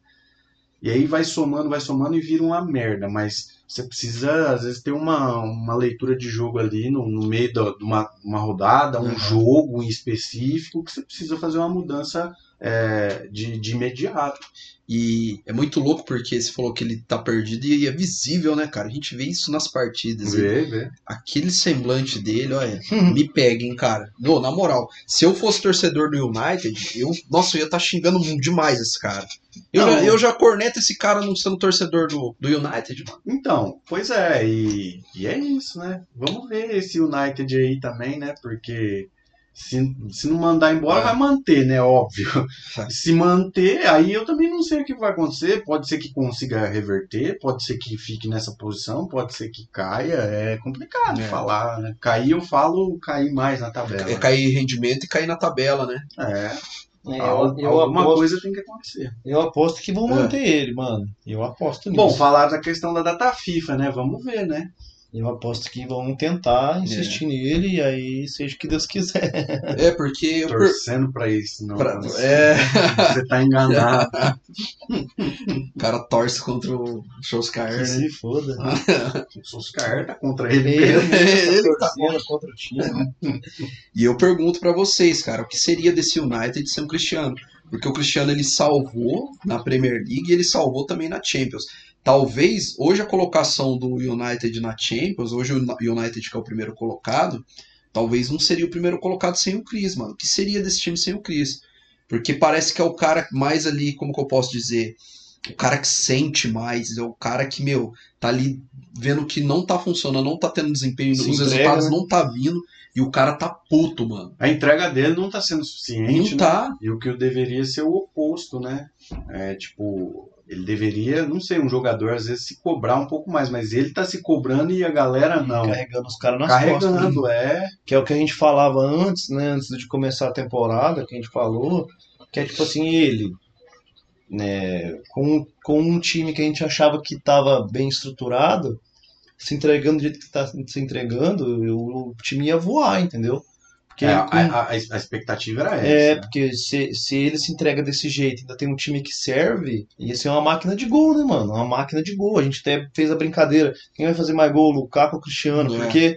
E aí vai somando, vai somando e vira uma merda, mas você precisa, às vezes, ter uma, uma leitura de jogo ali no, no meio da- de uma, uma rodada, um Uhum. jogo em específico, que você precisa fazer uma mudança é, de, de imediato. E é muito louco porque você falou que ele tá perdido e é visível, né, cara? A gente vê isso nas partidas. ele Vê, vê. aquele semblante dele, *laughs* olha, me pega, hein, cara. Não, na moral, se eu fosse torcedor do United, eu, nossa, eu ia estar xingando demais esse cara. Eu, Não. já, eu já corneto esse cara não sendo torcedor do, do United, mano. Então, pois é, e, e é isso, né? Vamos ver esse United aí também, né? Porque se, se não mandar embora, É. vai manter, né? *laughs* Óbvio. É. Se manter, aí eu também não sei o que vai acontecer. Pode ser que consiga reverter, pode ser que fique nessa posição, pode ser que caia. É complicado É. falar, né? Cair, eu falo cair mais na tabela. É cair em rendimento e cair na tabela, né? É, É, al- eu, eu alguma aposto, coisa tem que acontecer. eu aposto que vão É. manter ele, mano. Eu aposto nisso. Bom, falar da questão da data FIFA, né? Vamos ver, né? eu aposto que vão tentar É. insistir nele e aí seja o que Deus quiser. É, porque eu per- Torcendo pra isso, não. pra- você, é, você tá *laughs* enganado. o cara torce contra o Solskjaer, É. Que né? *laughs* se foda. O Solskjaer tá contra ele. Ele, ele *laughs* ele tá torcendo contra o time. E eu pergunto pra vocês, cara, o que seria desse United sem o Cristiano? Porque o Cristiano ele salvou na Premier League e ele salvou também na Champions. Talvez hoje a colocação do United na Champions, hoje o United que é o primeiro colocado, talvez não seria o primeiro colocado sem o Cris, mano. O que seria desse time sem o Cris? Porque parece que é o cara mais ali, como que eu posso dizer, o cara que sente mais, é o cara que, meu, tá ali vendo que não tá funcionando, não tá tendo desempenho, Se os entrega, resultados né? não tá vindo, e o cara tá puto, mano. A entrega dele não tá sendo suficiente, não né? tá. E o que deveria ser o oposto, né? É tipo, ele deveria, não sei, um jogador às vezes se cobrar um pouco mais, mas ele tá se cobrando e a galera não. tá Carregando os caras nas costas. né? Carregando, é. Que é o que a gente falava antes, né? Antes de começar a temporada, que a gente falou, que é tipo assim, ele, né, com, com um time que a gente achava que estava bem estruturado, se entregando do jeito que está se entregando, o, o time ia voar, entendeu? Porque É, a, com- a- a expectativa era essa. é, né? porque se, se ele se entrega desse jeito, ainda tem um time que serve, ia ser uma máquina de gol, né, mano? Uma máquina de gol. A gente até fez a brincadeira. Quem vai fazer mais gol, o Lukaku ou o Cristiano? É. Porque,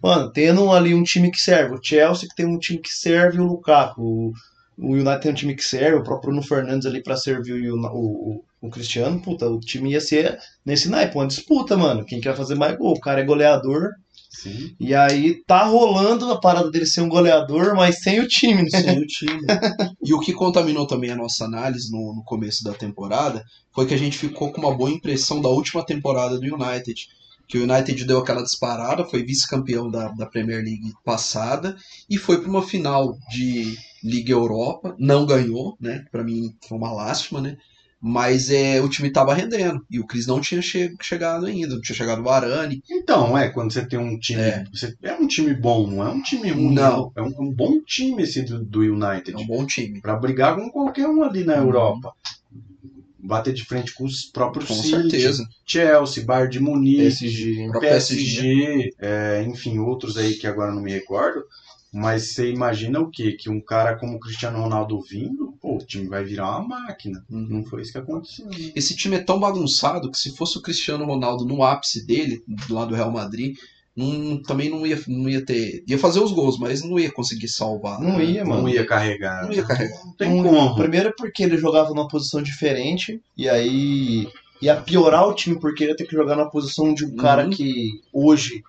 mano, tendo ali um time que serve, o Chelsea que tem um time que serve, o Lukaku, o, o United tem um time que serve, o próprio Bruno Fernandes ali pra servir o, Una- o, o, o Cristiano, puta, o time ia ser nesse naipe, uma disputa, mano. Quem quer fazer mais gol? O cara é goleador, Sim. e aí tá rolando a parada dele ser um goleador, mas sem o time, né? Sim, o time. E o que contaminou também a nossa análise no, no começo da temporada foi que a gente ficou com uma boa impressão da última temporada do United. Que o United deu aquela disparada, foi vice-campeão da, da Premier League passada e foi para uma final de Liga Europa. Não ganhou, né? Para mim foi uma lástima, né? Mas é, o time tava rendendo e o Cris não tinha che- chegado ainda, não tinha chegado o Arane. Então, é, quando você tem um time. É. Você, é um time bom, não é um time ruim. Não. É um, é um bom time esse do, do United. É um bom time. Pra brigar com qualquer um ali na Uhum. Europa. Bater de frente com os próprios Com City, certeza. Chelsea, Bayern de Munique, PSG. Pro PSG. PSG, é, enfim, outros aí que agora não me recordo. Mas você imagina o quê? Que um cara como o Cristiano Ronaldo vindo, pô, o time vai virar uma máquina. Uhum. Não foi isso que aconteceu. né? Esse time é tão bagunçado que se fosse o Cristiano Ronaldo no ápice dele, do lado do Real Madrid, não- também não ia, não ia ter. Ia fazer os gols, mas não ia conseguir salvar. Não né? ia, mano. Ah, Não ia carregar. Não ia carregar. Não tem Um- como. Primeiro porque ele jogava numa posição diferente, e aí ia piorar o time, porque ele ia ter que jogar na posição de um cara Uhum. que hoje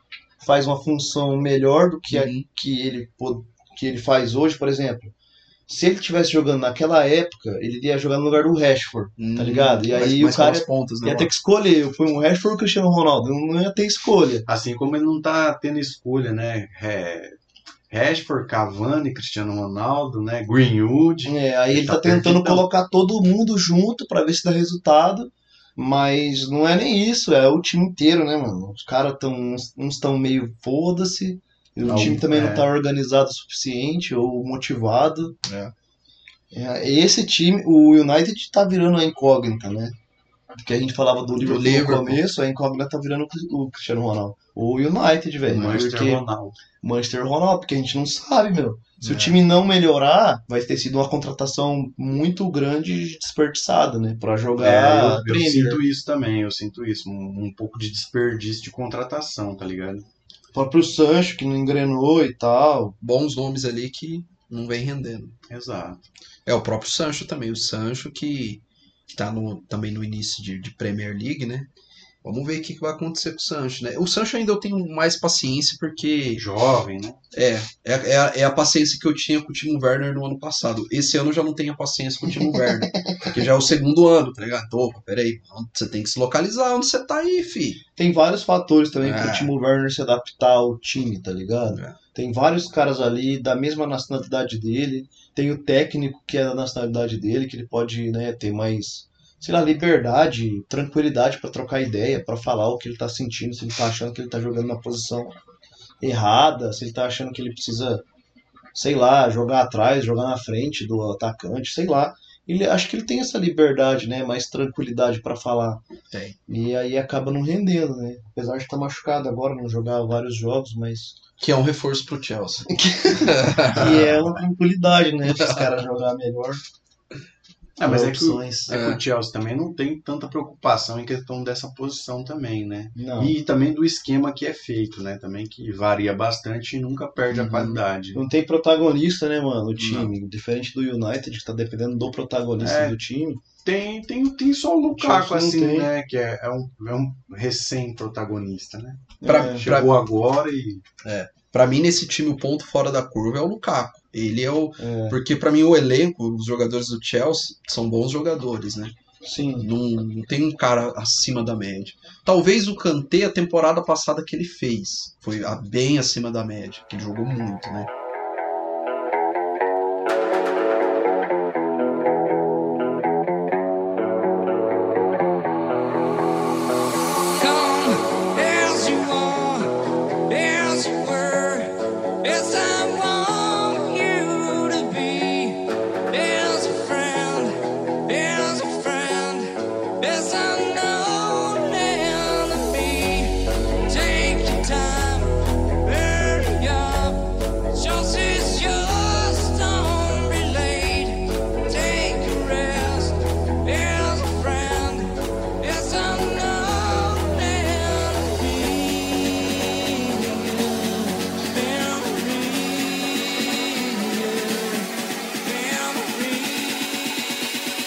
faz uma função melhor do que a Uhum. que ele, po- que ele faz hoje, por exemplo. Se ele tivesse jogando naquela época, ele ia jogar no lugar do Rashford. Tá ligado? E hum, Mas- aí mas o cara pelas pontas, né? Ia ter que escolher, foi um Rashford ou o Cristiano Ronaldo, não ia ter escolha. Assim como ele não tá tendo escolha, né? É, Rashford, Cavani, Cristiano Ronaldo, né? Greenwood. É, aí ele Tá tá, tentando perfeitão. colocar todo mundo junto pra ver se dá resultado, mas não é nem isso, é o time inteiro, né, mano? Os caras tão, uns estão meio foda-se, e o Não, time também é. não tá organizado o suficiente ou motivado. É. É, esse time, o United tá virando a incógnita, né? Que a gente falava do Liverpool, Liverpool. no começo, a incógnita tá virando o Cri- o Cristiano Ronaldo. O United, velho. Manchester porque- Ronaldo. Manchester Ronaldo, porque a gente não sabe, meu. Se É. o time não melhorar, vai ter sido uma contratação muito grande e desperdiçada, né? Pra É, jogar eu- eu, Premier. sinto isso também, eu sinto isso. Um, um pouco de desperdício de contratação, tá ligado? O próprio Sancho, que não engrenou e tal. Bons nomes ali que não vem rendendo. Exato. É o próprio Sancho também. O Sancho que, que tá no, também no início de, de Premier League, né? Vamos ver o que, que vai acontecer com o Sancho, né? O Sancho ainda eu tenho mais paciência porque Jovem, né? É, é, é a, é a paciência que eu tinha com o Timo Werner no ano passado. Esse ano eu já não tenho a paciência com o Timo Werner. Porque já é o segundo ano, tá ligado? Opa, peraí, você tem que se localizar onde você tá aí, fi. Tem vários fatores também É. pro Timo Werner se adaptar ao time, tá ligado? É. Tem vários caras ali da mesma nacionalidade dele. Tem o técnico que é da nacionalidade dele, que ele pode, né, ter mais, sei lá, liberdade, tranquilidade pra trocar ideia, pra falar o que ele tá sentindo, se ele tá achando que ele tá jogando na posição errada, se ele tá achando que ele precisa, sei lá, jogar atrás, jogar na frente do atacante, sei lá. Ele acho que ele tem essa liberdade, né, mais tranquilidade pra falar. Tem. E aí acaba não rendendo, né? Apesar de estar machucado agora, não jogar vários jogos, *laughs* mas Que é um reforço pro Chelsea. e é uma tranquilidade, né? Os caras jogar melhor. *laughs* Ah, mas é que, o- opções. é que É. o Chelsea também não tem tanta preocupação em questão dessa posição também, né? Não. E também do esquema que é feito, né? Também que varia bastante e nunca perde Uhum. a qualidade. Não tem protagonista, né, mano? O time. Diferente do United, que tá dependendo do protagonista É. do time. Tem, tem, tem só o Chelsea Lukaku, não assim, tem. né? Que é, é um, é um recém-protagonista, né? Pra- É. Chegou agora e. Pra mim, nesse time, o ponto fora da curva é o Lukaku. Ele é o. É. Porque pra mim, o elenco, os jogadores do Chelsea são bons jogadores, né? Sim. Não, não tem um cara acima da média. Talvez o Kanté, a temporada passada que ele fez, foi a- bem acima da média, que ele jogou muito, né? Come as you are, as you were, as I want you to be, as a friend, as a friend, as I know now be. Take your time, hurry up, just as yours, don't be late. Take a rest, as a friend. Yes, I know there'll be memory, memory, memory.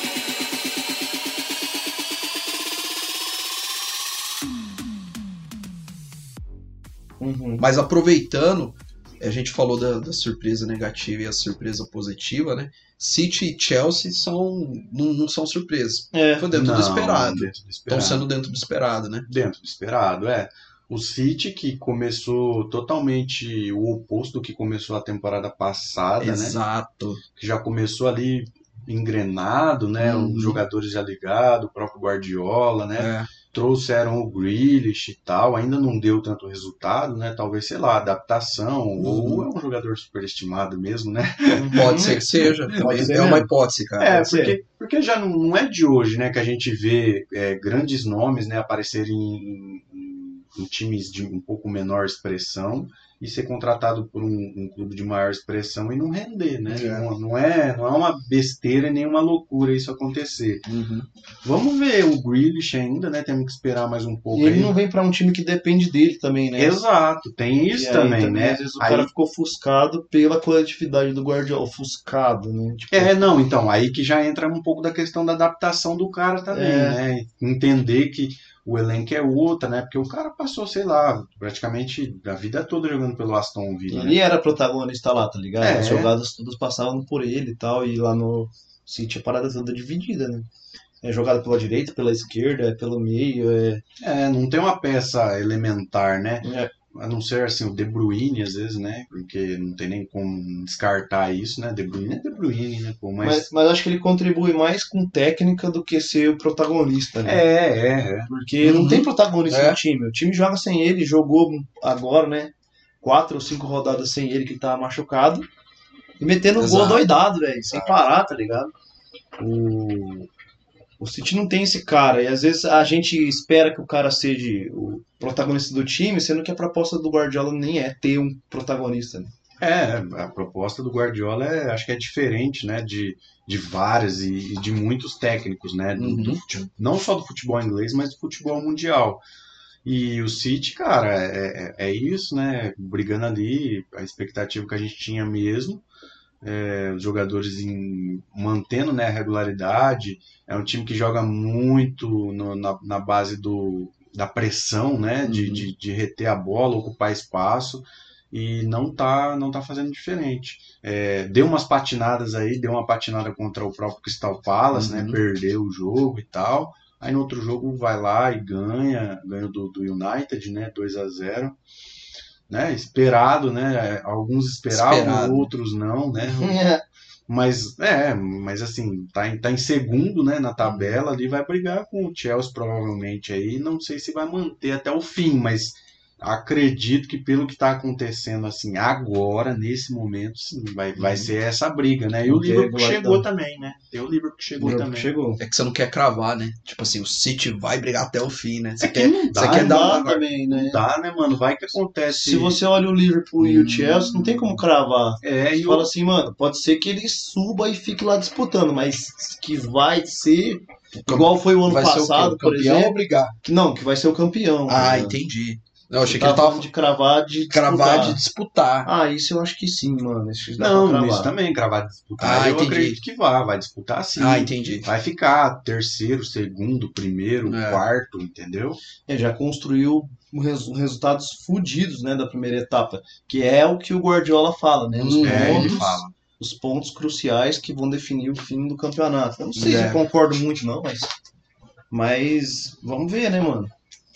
Uhum. Mas aproveitando, a gente falou da, da surpresa negativa e a surpresa positiva, né? City e Chelsea são, não, não são surpresas. É. Foi dentro Não, do esperado. Então, Dentro Estão do esperado. sendo dentro do esperado, né? Dentro do esperado, é. O City que começou totalmente o oposto do que começou a temporada passada, né? Exato. Que já começou ali engrenado, né? Uhum. Os jogadores já ligados, o próprio Guardiola, né? É. Trouxeram o Grealish e tal, ainda não deu tanto resultado, né? Talvez, sei lá, adaptação, ou é um jogador superestimado mesmo, né? Pode Uhum. ser que seja. Também ser é uma mesmo. hipótese, cara. É, Pode ser. porque, porque já não, não é de hoje, né, que a gente vê é, grandes nomes, né, aparecerem em, em- em times de um pouco menor expressão e ser contratado por um, um clube de maior expressão e não render, né? É. Não, não é, não é uma besteira e nem uma loucura isso acontecer. Uhum. Vamos ver o Grealish ainda, né? Temos que esperar mais um pouco. E ele aí. não vem pra um time que depende dele também, né? Exato, tem E isso aí também, né? Às vezes o Aí- cara ficou ofuscado pela coletividade do Guardiola. Ofuscado, né? Tipo, É, não, então, aí que já entra um pouco da questão da adaptação do cara também, É. né? Entender que o elenco é outro, né? Porque o cara passou, sei lá, praticamente a vida toda jogando pelo Aston Villa, né? Ele era protagonista lá, tá ligado? É. As jogadas todas passavam por ele e tal, e lá no City a parada toda dividida, né? É jogada pela direita, pela esquerda, é pelo meio, é... É, não tem uma peça elementar, né? é- A não ser, assim, o De Bruyne, às vezes, né? Porque não tem nem como descartar isso, né? De Bruyne é De Bruyne, né? Pô, mas... Mas, mas acho que ele contribui mais com técnica do que ser o protagonista, né? É, é, é. Porque Uhum. não tem protagonista É. no time. O time joga sem ele, jogou agora, né? Quatro ou cinco rodadas sem ele que tá machucado. E metendo um gol Exato. doidado, velho. Sem parar, tá ligado? O... o City não tem esse cara. E às vezes a gente espera que o cara seja o protagonista do time, sendo que a proposta do Guardiola nem é ter um protagonista. né? É, a proposta do Guardiola é, acho que é diferente, né? De, de várias e, e de muitos técnicos, né? Do- Uhum. não só do futebol inglês, mas do futebol mundial. E o City, cara, é, é é isso, né? Brigando ali, a expectativa que a gente tinha mesmo. É, os jogadores em, mantendo né, a regularidade. É um time que joga muito no- na, na base do, da pressão, né? De, Uhum. de, de reter a bola, ocupar espaço. E não tá, não tá fazendo diferente. É, deu umas patinadas aí, deu uma patinada contra o próprio Crystal Palace, Uhum. né? Perdeu o jogo e tal. Aí no outro jogo um vai lá e ganha, ganha do, do United, né? 2 a 0 né? Esperado, né? Alguns esperavam, Esperado. outros não, né? Uhum. É. Mas é, mas assim, tá em, tá em segundo, né, na tabela ali, vai brigar com o Chelsea provavelmente aí, não sei se vai manter até o fim, mas acredito que pelo que tá acontecendo assim agora, nesse momento, sim, vai, vai ser essa briga, né? E o Não tem Liverpool que regularidade. chegou também, né? Tem o Liverpool que chegou também. Chegou. É que você não quer cravar, né? Tipo assim, o City vai brigar até o fim, né? Você É que quer, não você dá, quer não dar Ah, dá uma... também, né? Dá, né, mano? Vai que acontece. Se você olha o Liverpool Hum. e o Chelsea, não tem como cravar. É, E e o- fala assim, mano, pode ser que ele suba e fique lá disputando, mas que vai ser igual foi o ano vai ser o quê? passado, O por campeão exemplo. ou brigar? que- Não, que vai ser o campeão. Ah, né? entendi. Não, eu achei que Tá ele tava falando de cravar de cravar disputar. de disputar. Ah, isso eu acho que sim, mano. Isso dá pra Não, cravar. tá? isso também, cravar disputar. Ah, eu entendi. acredito que vá, vai disputar sim. Ah, entendi. Vai ficar terceiro, segundo, primeiro, É. quarto, entendeu? É, já construiu res- resultados fodidos, né, da primeira etapa, que é o que o Guardiola fala, né, nos Hum, É, ele pontos. fala. os pontos cruciais que vão definir o fim do campeonato. Eu não sei se É. eu concordo muito, não, mas. Mas vamos ver, né, mano?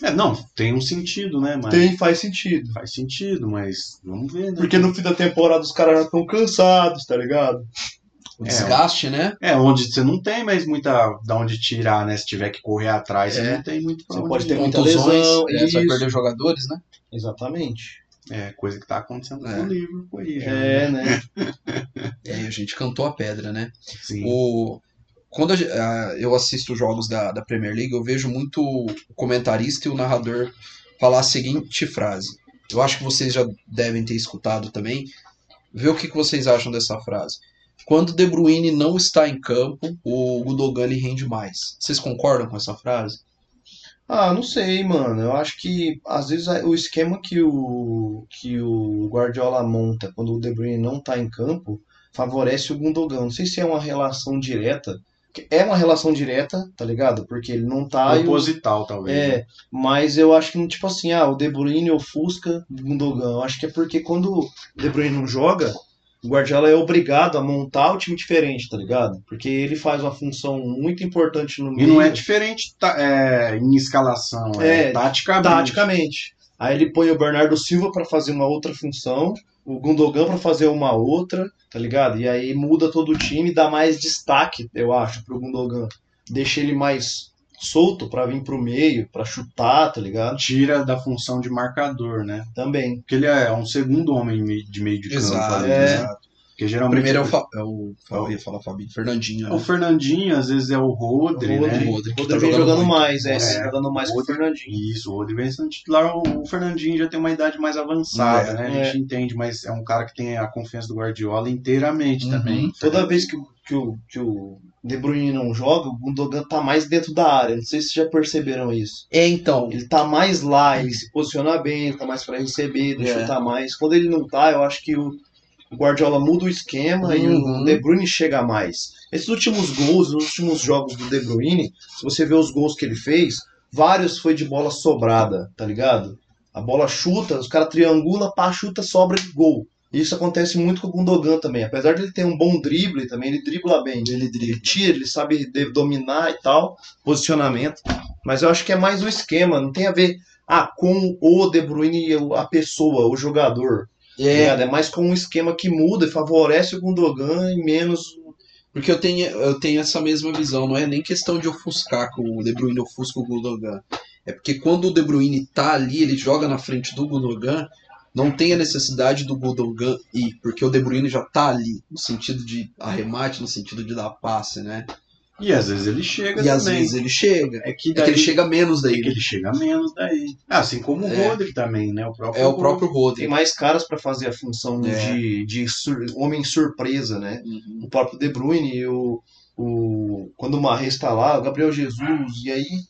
É, não, tem um sentido, né? Mas Tem, faz sentido. faz sentido, mas vamos ver, né? Porque no fim da temporada os caras já estão cansados, tá ligado? O desgaste, né? É, onde você não tem mais muita da onde tirar, né? Se tiver que correr atrás, você É. não tem muito pra Você onde pode ir. ter muita Contusões, lesão, né? Você vai isso. perder jogadores, né? Exatamente. É, coisa que tá acontecendo É. com o livro aí. já, né? É, né? E aí a gente cantou a pedra, né? Sim. O, quando a ge- ah, eu assisto os jogos da, da Premier League, eu vejo muito o comentarista e o narrador falar a seguinte frase. Eu acho que vocês já devem ter escutado também. Vê o que, que vocês acham dessa frase. Quando De Bruyne não está em campo, o Gundogan ele rende mais. Vocês concordam com essa frase? Ah, não sei, mano. Eu acho que às vezes a- o esquema que o, que o Guardiola monta quando o De Bruyne não tá em campo favorece o Gundogan. Não sei se é uma relação direta. que- É uma relação direta, tá ligado? Porque ele não tá e o- Proposital, talvez. né? É, mas eu acho que, tipo assim, ah, o De Bruyne ofusca o Gundogan. Eu acho que é porque quando o De Bruyne não joga, o Guardiola é obrigado a montar o time diferente, tá ligado? Porque ele faz uma função muito importante no E meio. não é diferente tá, é, em escalação, é, É, taticamente. taticamente. Aí ele põe o Bernardo Silva pra fazer uma outra função, o Gundogan pra fazer uma outra, tá ligado? E aí muda todo o time, dá mais destaque, eu acho, pro Gundogan. Deixa ele mais solto pra vir pro meio, pra chutar, tá ligado? Tira da função de marcador, né? Também. Porque ele é um segundo homem me- de meio de campo. Exato, ali, é. né? Porque O geralmente primeiro é o, Fa- é o- eu ia falar Fabinho, Fernandinho, é o né? Fernandinho, às vezes é o Rodri, Rodri. né? Rodri, O que Rodri tá vem jogando jogando muito. mais, é, É. tá jogando mais que o Rodri- Fernandinho. Isso, o Rodri vem sendo titular. O o Fernandinho já tem uma idade mais avançada, É, né? A gente entende, mas é um cara que tem a confiança do Guardiola inteiramente Uhum. também. Toda vez que, o- que, o, que o De Bruyne não joga, o Gundogan tá mais dentro da área. Não sei se vocês já perceberam isso. É, então, Ele tá mais lá, ele se posiciona bem, ele tá mais pra receber, ele É. chuta mais. Quando ele não tá, eu acho que o, o Guardiola muda o esquema e Uhum. o De Bruyne chega mais. Esses últimos gols, os últimos jogos do De Bruyne, se você ver os gols que ele fez, vários foi de bola sobrada, tá ligado? A bola chuta, os caras triangula, pá, chuta, sobra de gol. Isso acontece muito com o Gundogan também. Apesar de ele ter um bom drible também, ele dribla bem. Ele, ele tira, ele sabe de- dominar e tal, posicionamento. Mas eu acho que é mais o esquema, não tem a ver ah, com o De Bruyne, e o- a pessoa, o jogador. É, é, é mais com um esquema que muda e favorece o Gundogan e menos. Porque eu tenho, eu tenho essa mesma visão, não é nem questão de ofuscar com o De Bruyne ofusca o Gundogan. É porque quando o De Bruyne tá ali, ele joga na frente do Gundogan, não tem a necessidade do Gundogan ir, porque o De Bruyne já tá ali, no sentido de arremate, no sentido de dar passe, né? E às vezes ele chega E às também. vezes ele chega. É que É que daí ele chega menos É que daí. ele chega menos daí. Ah, Assim como o É. Rodri também, né? O próprio É o Rodri. próprio Tem Rodri. mais caras pra fazer a função É. de, de sur- homem surpresa, né? Uhum. O próprio De Bruyne, e o, o, quando o Marres tá lá, o Gabriel Jesus, e aí,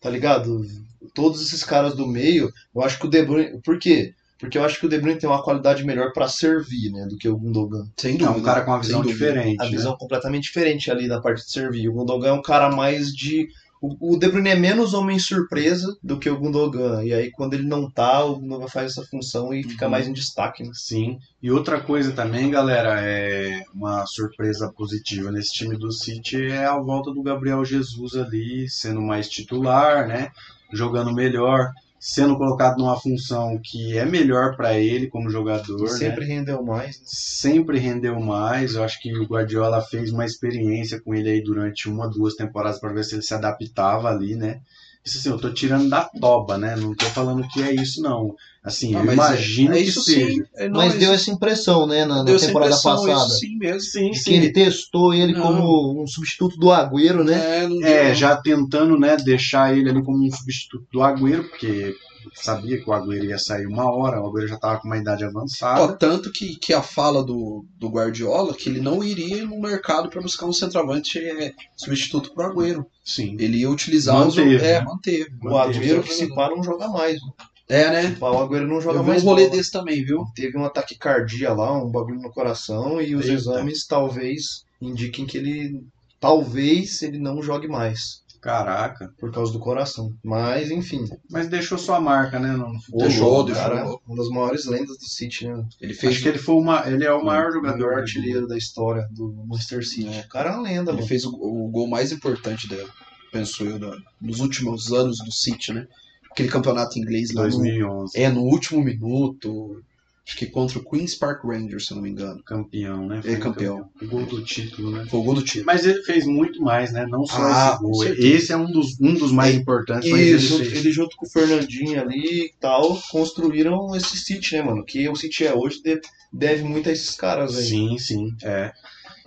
tá ligado? Todos esses caras do meio, eu acho que o De Bruyne. Por quê? Porque eu acho que o De Bruyne tem uma qualidade melhor pra servir, né? Do que o Gundogan. Sem É dúvida. um cara com uma né? sem visão dúvida. diferente. a né? visão completamente diferente ali da parte de servir. O Gundogan é um cara mais de. O o De Bruyne é menos homem surpresa do que o Gundogan. E aí, quando ele não tá, o Gundogan faz essa função e fica Uhum. mais em destaque. né? Sim. E outra coisa também, galera, é uma surpresa positiva nesse time do City é a volta do Gabriel Jesus ali, sendo mais titular, né? Jogando melhor, sendo colocado numa função que é melhor pra ele como jogador, né? Sempre rendeu mais. sempre rendeu mais. Eu acho que o Guardiola fez uma experiência com ele aí durante uma, duas temporadas para ver se ele se adaptava ali, né? Isso assim, eu tô tirando da toba, né? Não tô falando que é isso, não. Assim, Ah, eu mas imagino é que isso seja. sim. É, não, Mas isso- deu essa impressão, né, na, na deu essa temporada impressão, é passada. Isso sim mesmo. Sim, De que ele testou ele Não. como um substituto do Agüero, né? É, não É, deu- já tentando, né, deixar ele ali como um substituto do Agüero, porque sabia que o Agüero ia sair uma hora, o Agüero já tava com uma idade Ó, avançada. tanto que, que a fala do, do Guardiola que ele não iria no mercado para buscar um centroavante é, substituto pro Agüero. Sim. Ele ia utilizar Manteve, os. É, né? manteve. O Manteve Agüero os que se jogadores. pá não joga mais. mano. É, né? Se pá, O Agüero não joga Eu vi um mais. rolê bola. né? desse também, viu? teve um ataque cardíaco lá, um bagulho no coração, e os Eita. exames talvez indiquem que ele talvez ele não jogue mais. Caraca. por causa do coração. Mas, enfim. Mas deixou sua marca, né? No futebol. Deixou, Ô, louco, deixou cara, louco. Uma das maiores lendas do City, né? Ele Acho que ele foi uma, ele é o maior o jogador. melhor artilheiro da história do Manchester City. O cara é uma Tá lenda, Ele mano. fez o, o gol mais importante dela, penso eu, da- dos últimos anos do City, né? Aquele campeonato inglês lá no, 2011. é, no último minuto, acho que contra o Queen's Park Rangers, se eu não me engano. Campeão, né? É campeão. O gol do título, né? Foi o gol do time. Mas ele fez muito mais, né? Não só Ah, esse com gol. certeza. Esse é um dos, um dos mais importantes. mas Ele, junto, ele fez. ele junto com o Fernandinho ali e tal, construíram esse City, né, mano? Que o City é hoje de- deve muito a esses caras aí. Sim, sim, é.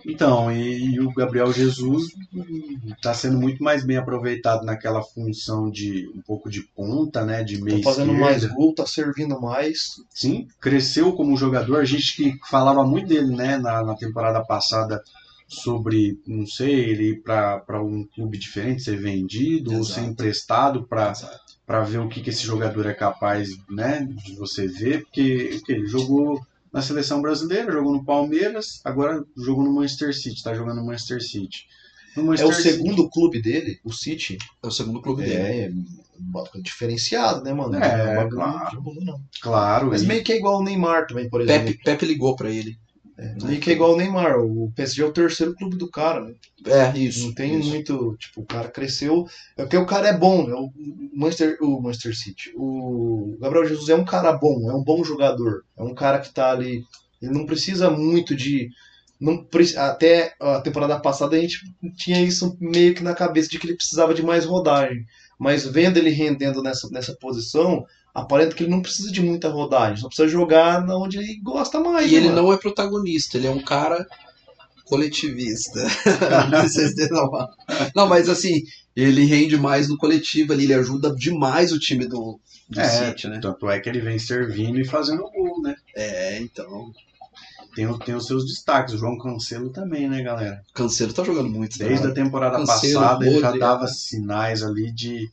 Então, e, e o Gabriel Jesus está sendo muito mais bem aproveitado naquela função de um pouco de ponta, né? De meio Tá fazendo esquerda. mais gol, tá servindo mais. Sim, cresceu como jogador. A gente que falava muito dele, né, na, na temporada passada sobre, não sei, ele ir para um clube diferente, ser vendido ou ser Exato. emprestado para Exato. para ver o que, que esse jogador é capaz, né, de você ver, porque ok, ele jogou na seleção brasileira, jogou no Palmeiras, agora jogou no Manchester City, tá jogando no Manchester City. No É o Manchester City- segundo clube dele, o City. É o segundo clube dele. É, é bacana, diferenciado, né, mano? É, Não bagulho claro. de boa, não. claro, Mas e- *laughs* meio que é igual o Neymar também, por exemplo. Pepe, Pepe ligou pra ele. Né? né? Meio que é igual o Neymar. O PSG é o terceiro clube do cara, né? É, isso. Não tem isso. muito. Tipo, o cara cresceu. É porque o cara é bom, né? O Manchester, o Manchester City. O Gabriel Jesus é um cara bom, é um bom jogador. É um cara que tá ali. Ele não precisa muito de. Não, pre- até a temporada passada a gente tinha isso meio que na cabeça de que ele precisava de mais rodagem. Mas vendo ele rendendo nessa, nessa posição, aparenta que ele não precisa de muita rodagem, só precisa jogar na onde ele gosta mais. né? E ele mano? não é protagonista, ele é um cara coletivista. *laughs* Não sei se tem uma- não, mas assim, ele rende mais no coletivo ali, ele ajuda demais o time do, do É. City, né? tanto é que ele vem servindo e fazendo gol, né? É, então. Tem, o- tem os seus destaques, o João Cancelo também, né, galera? O Cancelo tá jogando muito, né? Desde a temporada Cancelo, passada ele já Rodri. dava sinais ali de,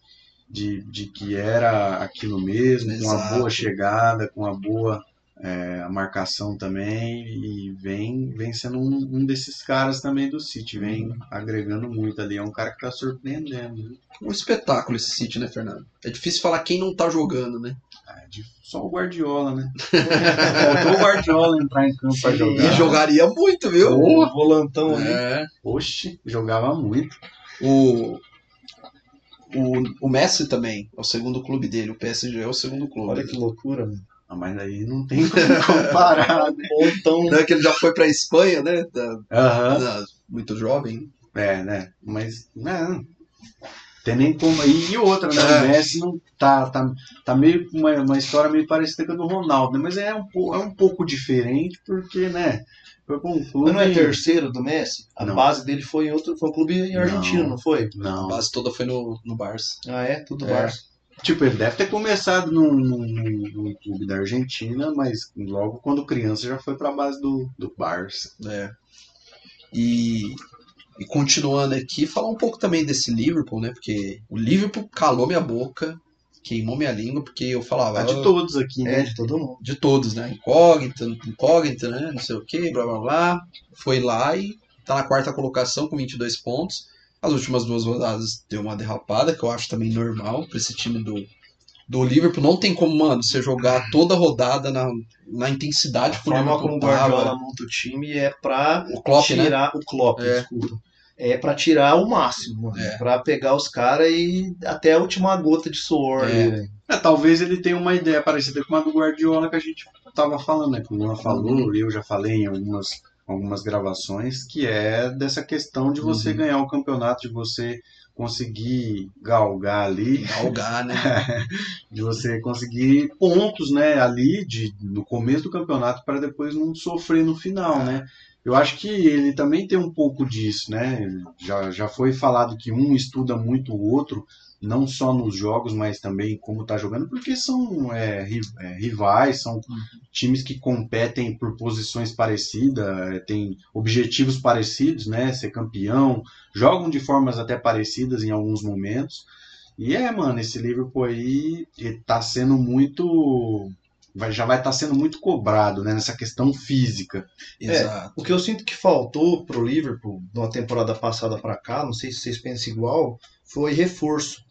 de, de que era aquilo mesmo, com uma Exato. boa chegada, com uma boa é, marcação também, e vem, vem sendo um, um desses caras também do City, vem Uhum. agregando muito ali. É um cara que tá surpreendendo. né? Um espetáculo esse City, né, Fernando? É difícil falar quem não tá jogando, né? É, de- só o *laughs* Guardiola, né? Faltou o Guardiola entrar em campo pra Sim. jogar. E jogaria muito, viu? O volantão ali. É. Oxe, jogava muito. O, o, o Messi também é o segundo clube dele, o PSG é o segundo clube. Olha que loucura, mano. Ah, Mas aí não tem como comparar, né? Pontão. Não é que ele já foi pra Espanha, né? Da- Aham. da- muito jovem. É, né? Mas, né? Tem nem como. E outra, né? É. O Messi não tá, tá, tá meio com uma, uma história meio parecida com a do Ronaldo, né? mas é um, pou- é um pouco diferente porque, né? Foi com um clube. Mas não é terceiro do Messi? A Não. base dele foi em outro, foi um clube em argentino, não, Não. foi? A Não. base toda foi no, no Barça. Ah, é? Tudo É. Barça. Tipo, ele deve ter começado num, num- num- num clube da Argentina, mas logo quando criança já foi pra base do, do Barça. né? E, e continuando aqui, falar um pouco também desse Liverpool, né? Porque o Liverpool calou minha boca, queimou minha língua, porque eu falava "Ah, Tá de todos aqui, É, né? de todo mundo. de todos, né? Incógnito, incógnito, né? Não sei o que, blá blá blá. Foi lá e tá na quarta colocação com 22 pontos. As últimas duas rodadas deu uma derrapada, que eu acho também normal pra esse time do, do Liverpool. Não tem como, mano, você jogar toda a rodada na, na A intensidade que o forma como Liverpool o tava. Guardiola monta o time é pra O Klopp, né? tirar o Klopp, É. desculpa. É pra tirar o máximo, mano. É. Pra pegar os caras e até a última gota de suor. É. ali, velho. É, talvez ele tenha uma ideia parecida com a do Guardiola que a gente tava falando, né? Que o Luan falou, eu já falei em algumas, algumas gravações, que é dessa questão de você Uhum. ganhar o campeonato, de você conseguir galgar ali, Galgar, *laughs* né? de você conseguir pontos, né, ali de, no começo do campeonato para depois não sofrer no final, né? Eu acho que ele também tem um pouco disso, né? Já, já foi falado que um estuda muito o outro, não só nos jogos, mas também como tá jogando, porque são é, ri- é, rivais, são times que competem por posições parecidas, é, têm objetivos parecidos, né? Ser campeão, jogam de formas até parecidas em alguns momentos. E é, mano, esse Liverpool aí ele tá sendo muito. vai- já vai estar sendo muito cobrado, né? Nessa questão física. É, Exato. O que eu sinto que faltou pro Liverpool, de uma temporada passada pra cá, não sei se vocês pensam igual, foi reforço.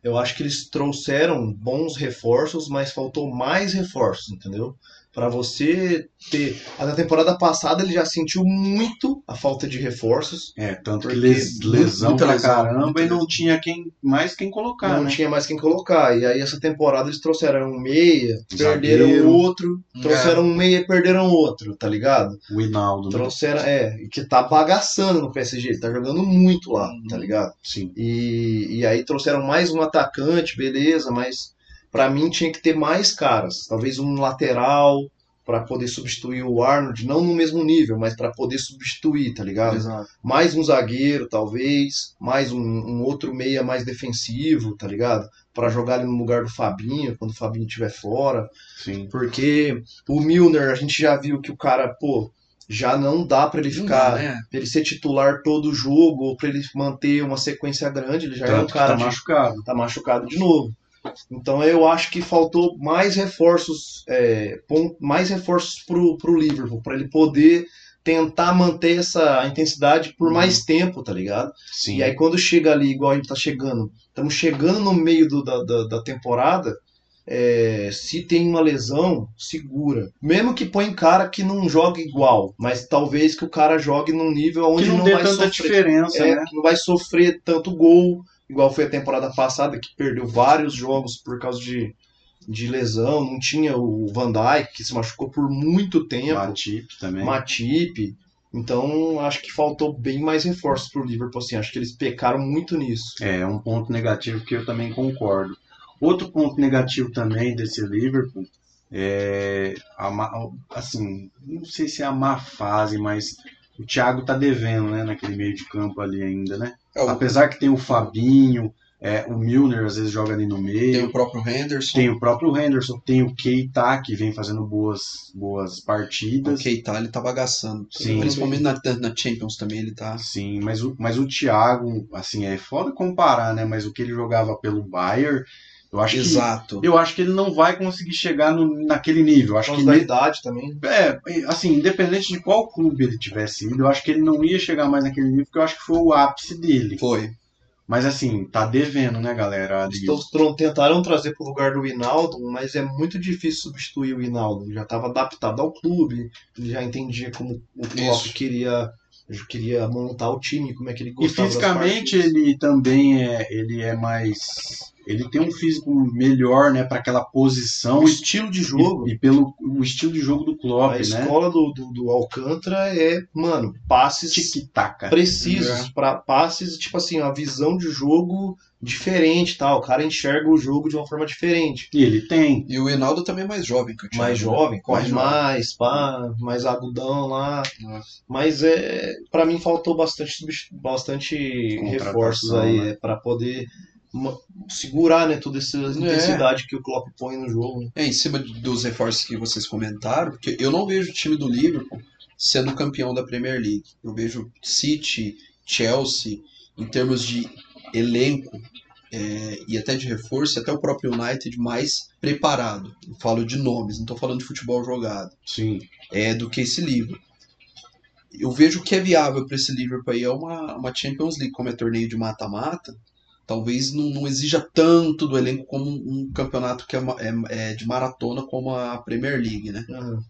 Eu acho que eles trouxeram bons reforços, mas faltou mais reforços, entendeu? Para você ter. A da temporada passada ele já sentiu muito a falta de reforços. É, tanto que Porque les- lesão muita pra lesão, caramba muita e não lesão. tinha quem mais quem colocar, não né? tinha mais quem colocar. E aí essa temporada eles trouxeram um meia, Zagueiro. perderam outro, É. trouxeram um meia e perderam outro, tá ligado? O Hinaldo, né? Trouxeram, é, que tá bagaçando no PSG, ele tá jogando muito lá, tá ligado? Sim. E, e aí trouxeram mais um atacante, beleza, mas pra mim tinha que ter mais caras, talvez um lateral pra poder substituir o Arnold, não no mesmo nível, mas pra poder substituir, tá ligado? Exato. mais um zagueiro, talvez, mais um, um outro meia mais defensivo, tá ligado? Pra jogar ali no lugar do Fabinho, quando o Fabinho estiver fora. Sim. Porque o Milner, a gente já viu que o cara, pô, já não dá pra ele ficar, Não dá, né? pra ele ser titular todo jogo, ou pra ele manter uma sequência grande, ele já é um Tanto que cara tá de- machucado. tá machucado de novo. Então eu acho que faltou mais reforços, é, pon- mais reforços pro, pro Liverpool, para ele poder tentar manter essa intensidade Uhum. por mais tempo, tá ligado? Sim. E aí quando chega ali, igual a gente tá chegando, estamos chegando no meio do- da, da, da temporada, é, se tem uma lesão, segura. Mesmo que põe cara que não joga igual, mas talvez que o cara jogue num nível que onde não, não, dê vai tanta sofrer diferença, é, né? que não vai sofrer tanto gol, igual foi a temporada passada, que perdeu vários jogos por causa de, de lesão. Não tinha o Van Dijk, que se machucou por muito tempo, Matip Né? também. Matip. Então, acho que faltou bem mais reforços pro Liverpool, assim. Acho que eles pecaram muito nisso. É, é um ponto negativo que eu também concordo. Outro ponto negativo também desse Liverpool é a má- assim, não sei se é a má fase, mas o Thiago tá devendo, né, naquele meio de campo ali ainda, né? É, o- Apesar que tem o Fabinho, é, o Milner às vezes joga ali no tem meio, o próprio Henderson. tem o próprio Henderson, tem o Keita que vem fazendo boas, boas O partidas. Keita, ele tá bagaçando. Sim. Principalmente na, na Champions também, ele tá. Sim, mas o, mas o Thiago, assim, é foda comparar, né? Mas o que ele jogava pelo Bayern, eu acho que Exato. Eu acho que ele não vai conseguir chegar no- naquele nível. Eu Por Acho que causa da ne- idade também. é, assim, independente de qual clube ele tivesse ido, eu acho que ele não ia chegar mais naquele nível, porque eu acho que foi o ápice dele. Foi. Mas assim, tá devendo, né, galera? Ali. Eles tro- tentaram trazer pro lugar do Hinaldo, mas é muito difícil substituir o Hinaldo. Ele já estava adaptado ao clube, ele já entendia como o Klopp Isso. queria, queria montar o time, como é que ele E gostava das fisicamente partidas. ele também é, ele é mais, ele tem um físico melhor, né, para aquela posição o estilo de jogo, e, e pelo o estilo de jogo do Klopp, a né? escola é do, do, do Alcântara é, mano, passes Tic tac. É. precisos pra passes, tipo assim, uma visão de jogo diferente, tal. O cara enxerga o jogo de uma forma diferente. E ele tem. E o Enaldo também é mais jovem que o Thiago. mais jovem, corre Mais jovem. mais, pá, mais agudão lá. Mas é, para mim faltou bastante subst- bastante Contratação, reforços aí né? é, para poder ma- segurar, né, toda essa É. intensidade que o Klopp põe no jogo. né? É, em cima de- dos reforços que vocês comentaram, porque eu não vejo o time do Liverpool sendo campeão da Premier League. Eu vejo City, Chelsea, em termos de elenco é, e até de reforço, e até o próprio United mais preparado. Eu falo de nomes, não estou falando de futebol jogado, Sim. é do que esse Liverpool. Eu vejo que é viável para esse Liverpool aí é uma, uma Champions League, como é torneio de mata-mata. Talvez não, não exija tanto do elenco como um campeonato que é, ma- é- é de maratona como a Premier League, né?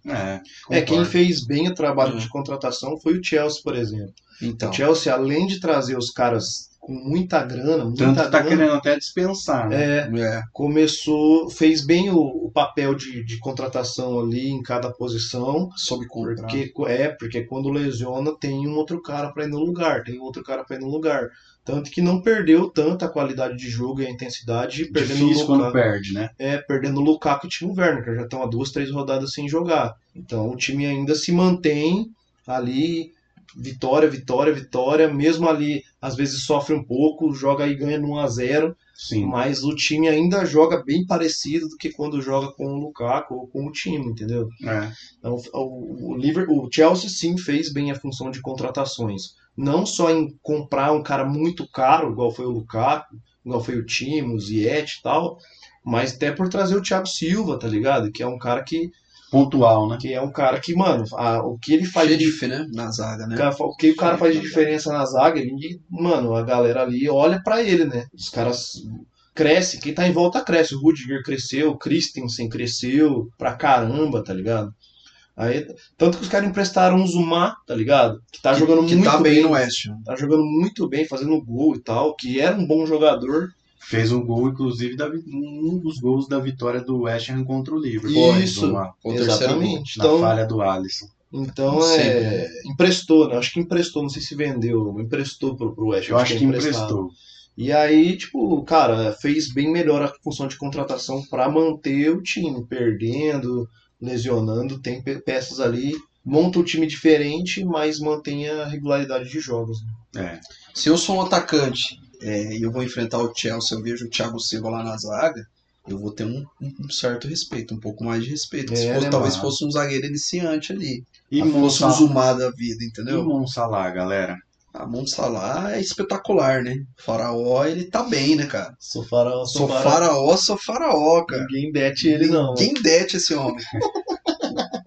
É. É, quem concordo. É. fez bem o trabalho Uhum. de contratação foi o Chelsea, por exemplo. Então, O Chelsea, além de trazer os caras com muita grana, muita tanto que tá grana, querendo até dispensar, né? é, é, começou, fez bem o, o papel de, de contratação ali em cada posição. sob contrato. Porque, é, porque quando lesiona tem um outro cara para ir no lugar, tem outro cara para ir no lugar. Tanto que não perdeu tanto a qualidade de jogo e a intensidade, perdendo Difícil o quando Lukaku, perde, né? é, perdendo o Lukaku e o Timo Werner, que já estão há duas, três rodadas sem jogar. Então o time ainda se mantém ali, vitória, vitória, vitória, mesmo ali, às vezes sofre um pouco, joga e ganha no 1 a 0 Sim. mas o time ainda joga bem parecido do que quando joga com o Lukaku ou com o time, entendeu? É. Então, o, o, Liver- o Chelsea sim fez bem a função de contratações. Não só em comprar um cara muito caro, igual foi o Lukaku, igual foi o Timo, o Ziyech e tal, mas até por trazer o Thiago Silva, tá ligado? Que é um cara que pontual, né? Que é um cara que, mano, a- o que ele faz de Xerife, né? Na zaga, né? Cara, O que o cara faz de diferença na zaga, ele, mano, a galera ali olha pra ele, né? Os caras crescem, quem tá em volta cresce. O Rudiger cresceu, o Christensen cresceu pra caramba, tá ligado? Aí, tanto que os caras emprestaram o Zuma, tá ligado? Que tá jogando que, que muito tá bem, bem, no West. Ham. tá jogando muito bem, fazendo gol e tal, que era um bom jogador. Fez um gol, inclusive, da vi- um dos gols da vitória do West Ham contra o Liverpool. Foi, Isso. Uma, O terceiro gol. Exatamente. na Então, falha do Alisson. então Sim. é, emprestou, né? Acho que emprestou, não sei se vendeu, emprestou pro, pro West. Eu acho que emprestado. emprestou. E aí, tipo, cara, fez bem melhor a função de contratação pra manter o time, perdendo, lesionando, tem pe- peças ali, monta um time diferente, mas mantém a regularidade de jogos. né? É. Se eu sou um atacante é, e eu vou enfrentar o Chelsea, eu vejo o Thiago Silva lá na zaga, eu vou ter um, um certo respeito, um pouco mais de respeito. Se É, fosse- né, talvez mano? fosse um zagueiro iniciante ali. E Ah, fosse um Monsalá, Zumar da vida, e entendeu? Monsalá, galera? Ah, Montes Salah é espetacular, né? O faraó, ele tá bem, né, cara? Sou faraó, Sou sou faraó. faraó, sou faraó, cara. Ninguém bete ele, não. Quem né? dete esse homem?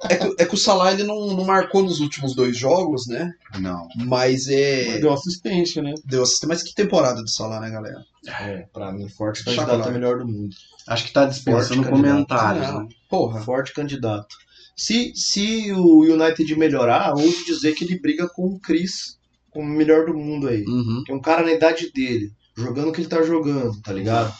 é, que, é que o Salah ele não, não marcou nos últimos dois jogos, né? Não. Mas Mas é. Deu assistência, né? Deu assistência. Mas que temporada do Salah, né, galera? É, pra mim, forte Chocolate. candidato ao melhor do mundo. Acho que tá dispensando Forte candidato. comentários. Ah, né? Porra. Forte candidato. Se, se o United melhorar, ouso dizer que ele briga com o Chris, como o melhor do mundo aí. Uhum. Que é um cara na idade dele, jogando o que ele tá jogando, tá ligado?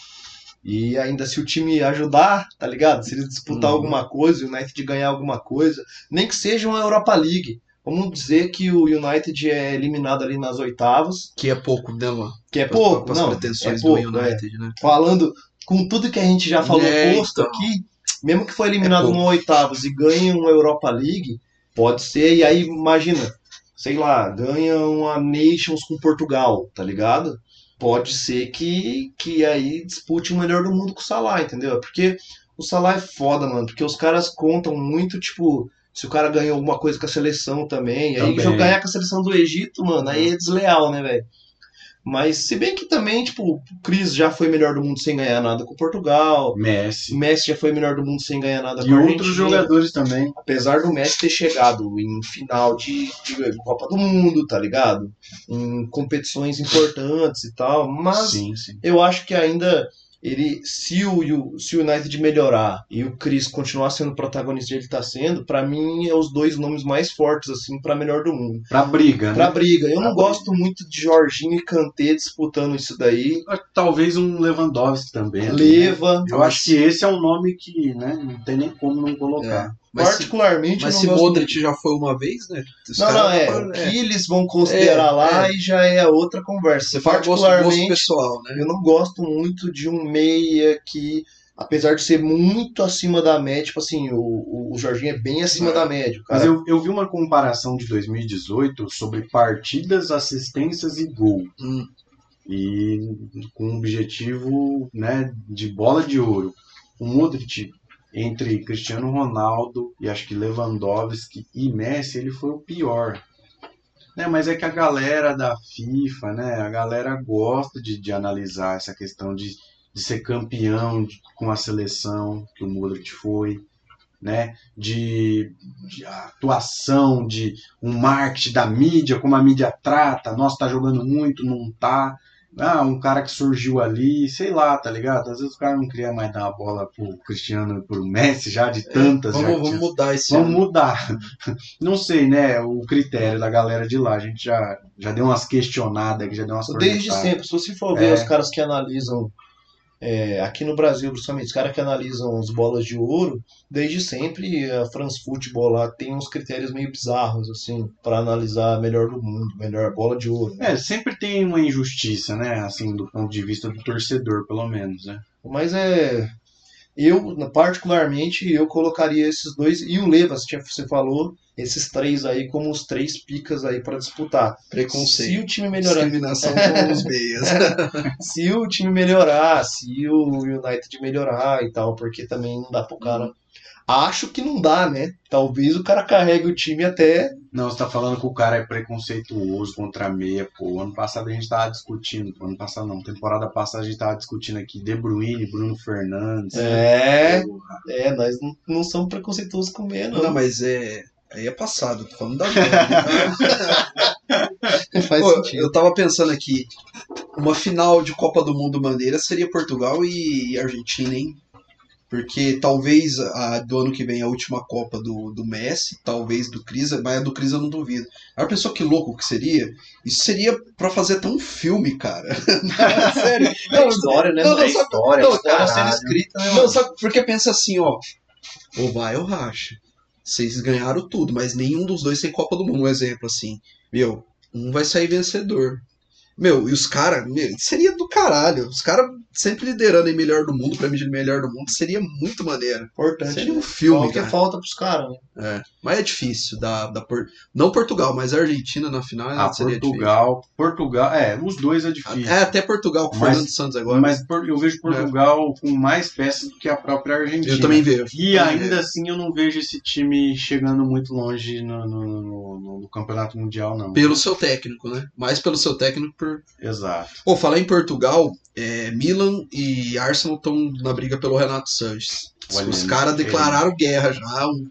E ainda se o time ajudar, tá ligado? Se ele disputar Uhum. alguma coisa, o United ganhar alguma coisa, nem que seja uma Europa League. Vamos dizer que o United é eliminado ali nas oitavas, Que é pouco, né, mano? que é Pra- pouco, pra- pras não, pretensões é pouco, do United, né? é. Falando com tudo que a gente já falou É, posto então. É aqui, mesmo que foi eliminado pouco. numa oitavas e ganhe uma Europa League, pode ser, e aí imagina, sei lá, ganha uma Nations com Portugal, tá ligado? Pode ser que, que aí dispute o melhor do mundo com o Salah, entendeu? Porque o Salah é foda, mano, porque os caras contam muito, tipo, se o cara ganhou alguma coisa com a seleção também, e aí Também. jogar ganhar com a seleção do Egito, mano, aí Uhum. é desleal, né, velho? Mas se bem que também, tipo, o Cris já foi melhor do mundo sem ganhar nada com Portugal, Messi. o Messi já foi melhor do mundo sem ganhar nada E com a outros Argentina. jogadores também. Apesar do Messi ter chegado em final de, de Copa do Mundo, tá ligado? Em competições importantes e tal, mas Sim, sim. eu acho que ainda ele, se o, se o United melhorar e o Chris continuar sendo o protagonista que ele tá sendo, pra mim é os dois nomes mais fortes, assim, pra melhor do mundo. Pra briga, Pra né? briga, eu não Pra gosto muito de Jorginho e Kanté disputando isso daí. Talvez um Lewandowski também. ali, né? Leva, Eu acho que esse é um nome que né, não tem nem como não colocar. Mas se, particularmente. mas eu se não gosto Modric já foi uma vez, né? Os um Não, caras não, é. falam, O que eles vão considerar É, lá e já é outra conversa. Você faz gosto, gosto Particularmente, pessoal, né? eu não gosto muito de um meia que, apesar de ser muito acima da média, tipo assim, o, o, o Jorginho é bem acima É. da média. o Mas Cara. eu, eu vi uma comparação de 2018 sobre partidas, assistências e gol. Hum. E com o objetivo né, de bola de ouro. O Modric, entre Cristiano Ronaldo e acho que Lewandowski e Messi, ele foi o pior. Né, mas é que a galera da FIFA, né, a galera gosta de, de analisar essa questão de, de ser campeão de- com a seleção que o Modric foi, né? de, de atuação, de um marketing da mídia, como a mídia trata, nossa, tá jogando muito, não tá. Ah, um cara que surgiu ali, sei lá, tá ligado? Às vezes o cara não queria mais dar a bola pro Cristiano e pro Messi já de é. tantas. já É, Vamos, que vamos tinha mudar esse Vamos ano. mudar. *laughs* Não sei, né? O critério da galera de lá. A gente já, já deu umas questionadas aqui, já deu umas Desde cornetadas. sempre, se você for ver É. os caras que analisam. é, aqui no Brasil, principalmente, os caras que analisam as bolas de ouro, desde sempre a France Football lá tem uns critérios meio bizarros, assim, pra analisar a melhor do mundo, melhor bola de ouro. né? É, sempre tem uma injustiça, né? Assim, do ponto de vista do torcedor, pelo menos, né? Mas é. Eu, particularmente, eu colocaria esses dois. E o Levas, que você falou, esses três aí como os três picas aí para disputar. Se Preconceito. o time *laughs* melhorar, Discriminação com os meias. *laughs* se o time melhorar, se o United melhorar e tal, porque também não dá pro cara. Acho que não dá, né? Talvez o cara carregue o time até Não, você tá falando que o cara é preconceituoso contra a meia, pô. Ano passado a gente tava discutindo, ano passado não, temporada passada a gente tava discutindo aqui De Bruyne, Bruno Fernandes. É, Porra. é, nós não, não somos preconceituosos com meia, não. Não, mas é. Aí é passado, tô falando da Globo. Faz Pô, sentido. eu tava pensando aqui, uma final de Copa do Mundo maneira seria Portugal e Argentina, hein? Porque talvez a do ano que vem a última Copa do, do Messi, talvez do Cris, mas a do Cris eu não duvido. Aí pessoa que louco que seria, isso seria pra fazer até um filme, cara. Sério. *laughs* É história, né? Não, Não, não, é só- história, não, é história caralho. sendo escrita, né, Não, sabe, porque pensa assim, ó. Ou vai ou racha. Vocês ganharam tudo, mas nenhum dos dois tem Copa do Mundo, um exemplo assim. Meu, um vai sair vencedor. Meu, e os caras, seria do caralho. Os caras sempre liderando em melhor do mundo, pra mim de melhor do mundo, seria muito maneiro. Importante. Seria né? um filme, Falta- é cara. falta pros caras, né? É, mas é difícil. Da, da Por- Não Portugal, mas a Argentina na final Ah, seria Portugal. Portugal, é, os dois é difícil. difícil. É até Portugal com o Mas- Fernando Santos agora. Mas por- eu vejo Portugal com mais peças do que a própria Argentina. eu também vejo. E Eu também ainda assim eu não vejo esse time chegando muito longe no, no- no- no- no campeonato mundial, não. Pelo seu técnico, né? Mais pelo seu técnico por Exato. Pô, falar em Portugal, é, Milan e Arsenal estão na briga pelo Renato Sanches. Olha, Os caras ele- declararam guerra já. um-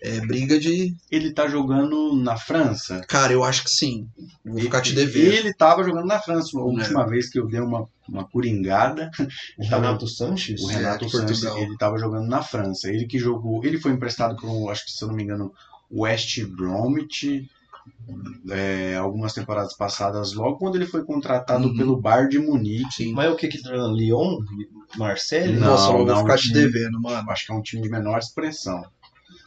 é, briga de. Ele tá jogando na França. Cara, eu acho que sim. Vou ficar Tá te Ele- devendo. Ele tava jogando na França. A É. última vez que eu dei uma, uma *laughs* coringada, O Renato Sanches? o É, Renato de Sanches, Portugal. ele tava jogando na França. Ele que jogou, ele foi emprestado para um, acho que se eu não me engano, West Bromwich. é, algumas temporadas passadas, logo quando ele foi contratado Uhum. pelo Bayern de Munique, Sim. Mas é o que que treina? Lyon? Marseille? Não, Nossa, eu vou não, ficar te sim. devendo, mano. acho que é um time de menor expressão.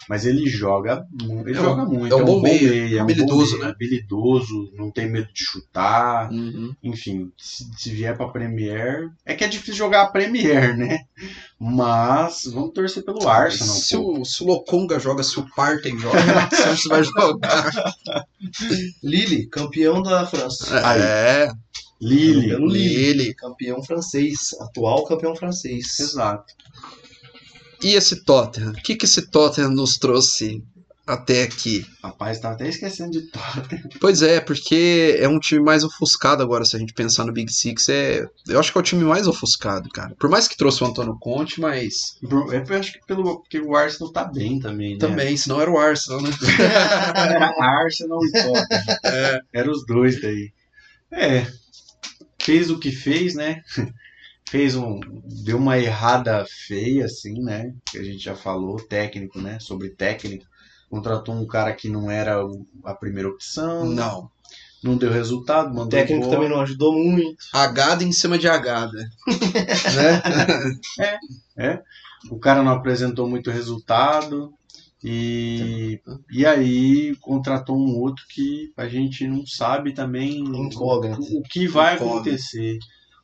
Mas ele joga, mu- ele É um- joga muito. é um bom meia, meia, é um habilidoso, bom meia, né? Habilidoso, não tem medo de chutar. Uhum. Enfim, se, se vier pra Premier. É que é difícil jogar a Premier, né? Mas vamos torcer pelo Arsenal. se, pô. o, se o Lokonga joga, se o Partey joga, o Renato Sanches vai *laughs* jogar. Lille, campeão da França. Aí. É, Lille. Pelo Lille. ele. Campeão francês. Atual campeão francês. Exato. E esse Tottenham? O que, que esse Tottenham nos trouxe até aqui? Rapaz, tava até esquecendo de Tottenham. Pois é, porque é um time mais ofuscado agora, se a gente pensar no Big Six, é... eu acho que é o time mais ofuscado, cara. Por mais que trouxe o Antônio Conte, mas É, *laughs* eu acho que pelo, porque o Arsenal tá bem também, né? também, senão era o Arsenal, né? Era Arsenal e Tottenham. Eram os dois daí. É. Fez o que fez, né? Fez um. Deu uma errada feia, assim, né? Que a gente já falou, técnico, né? Sobre técnico. Contratou um cara que não era o- a primeira opção. *laughs* Não. Não deu resultado, O mandou. técnico embora. também não ajudou muito. Agada em cima de agada. né? O cara não apresentou muito resultado. E, e aí contratou um outro que a gente não sabe também Incógnito. o que vai Incógnito. acontecer.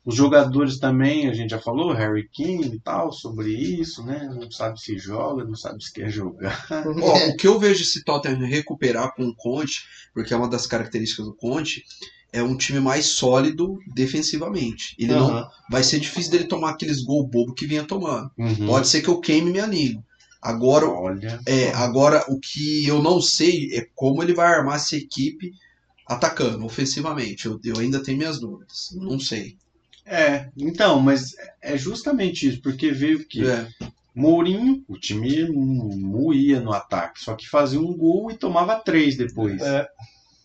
Os jogadores também, a gente já falou, Harry King e tal, sobre isso, né? Não sabe se joga, não sabe se quer jogar. Ó, o que eu vejo esse Tottenham recuperar com o Conte, porque é uma das características do Conte, é um time mais sólido defensivamente. Ele não Aham. vai ser difícil dele tomar aqueles gol bobo que vinha tomando. Olha, Pode ser que eu queime minha língua. Agora Olha. É, agora o que eu não sei é como ele vai armar essa equipe atacando, ofensivamente. Eu, eu ainda tenho minhas dúvidas. Não sei. É, então, mas é justamente isso, porque veio que É. Mourinho, o time mu- moía no ataque, só que fazia um gol e tomava três depois. É.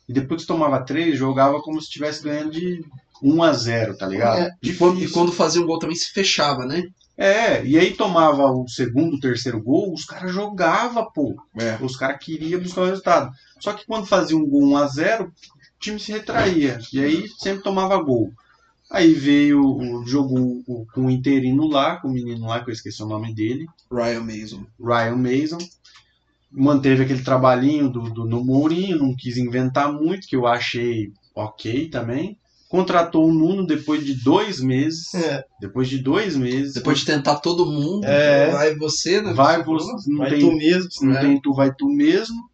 E depois que tomava três, jogava como se estivesse ganhando de 1 a 0, tá ligado? É. E, quando, e Difícil. quando fazia um gol também se fechava, né? É, e aí tomava o segundo, o terceiro gol, os caras jogavam, pô. É. Os caras queriam buscar o resultado. Só que quando fazia um gol 1 a 0 o time se retraía. E aí sempre tomava gol. Aí veio o jogo o- com o interino lá, com o menino lá, que eu esqueci o nome dele, Ryan Mason. Ryan Mason. Manteve aquele trabalhinho do, do, do Mourinho, não quis inventar muito, que eu achei ok também. Contratou o Nuno depois de dois meses. É. Depois de dois meses. Depois de tentar todo mundo, É. vai você, né? Vai você, não Vai tem, tu mesmo. não né? tem tu, vai tu mesmo.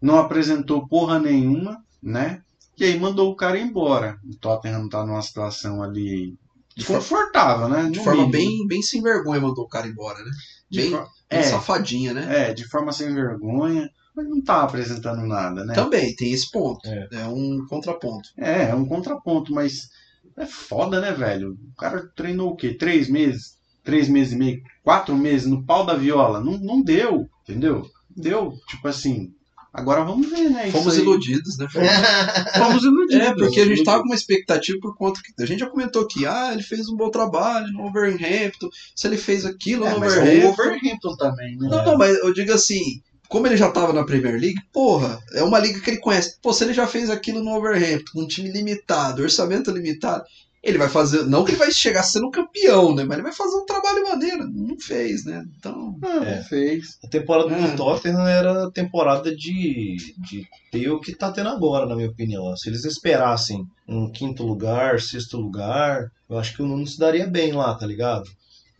não apresentou porra nenhuma, né? E aí mandou o cara embora. O Tottenham tá numa situação ali De forma- desconfortável, né? De No forma mínimo. bem, bem sem vergonha mandou o cara embora, né? De bem- for- Bem é, safadinha, né? é, de forma sem vergonha, mas não tá apresentando nada, né? Também, tem esse ponto. É. É um contraponto. É, é um contraponto, mas é foda, né, velho? O cara treinou o quê? Três meses? Três meses e meio? Quatro meses no pau da viola? Não, não deu, entendeu? Deu, tipo assim. Agora vamos ver, né? Fomos isso aí. É, iludidos, né? Fomos- Fomos né, iludidos. É, porque a gente tá tava com uma expectativa por conta que. A gente já comentou aqui, ah, ele fez um bom trabalho no Overhampton, se ele fez aquilo É, no mas é o Overhampton. Overhampton também, né? Não, não, mas eu digo assim, como ele já tava na Premier League, porra, é uma liga que ele conhece. Pô, se ele já fez aquilo no Overhampton, com um time limitado, orçamento limitado, ele vai fazer. Não que ele vai chegar sendo campeão, né? Mas ele vai fazer um trabalho maneiro. Não fez, né? Então. Não, É. fez. A temporada É. do Tottenham era a temporada de, de ter o que tá tendo agora, na minha opinião. Se eles esperassem um quinto lugar, sexto lugar, eu acho que o Nuno se daria bem lá, tá ligado?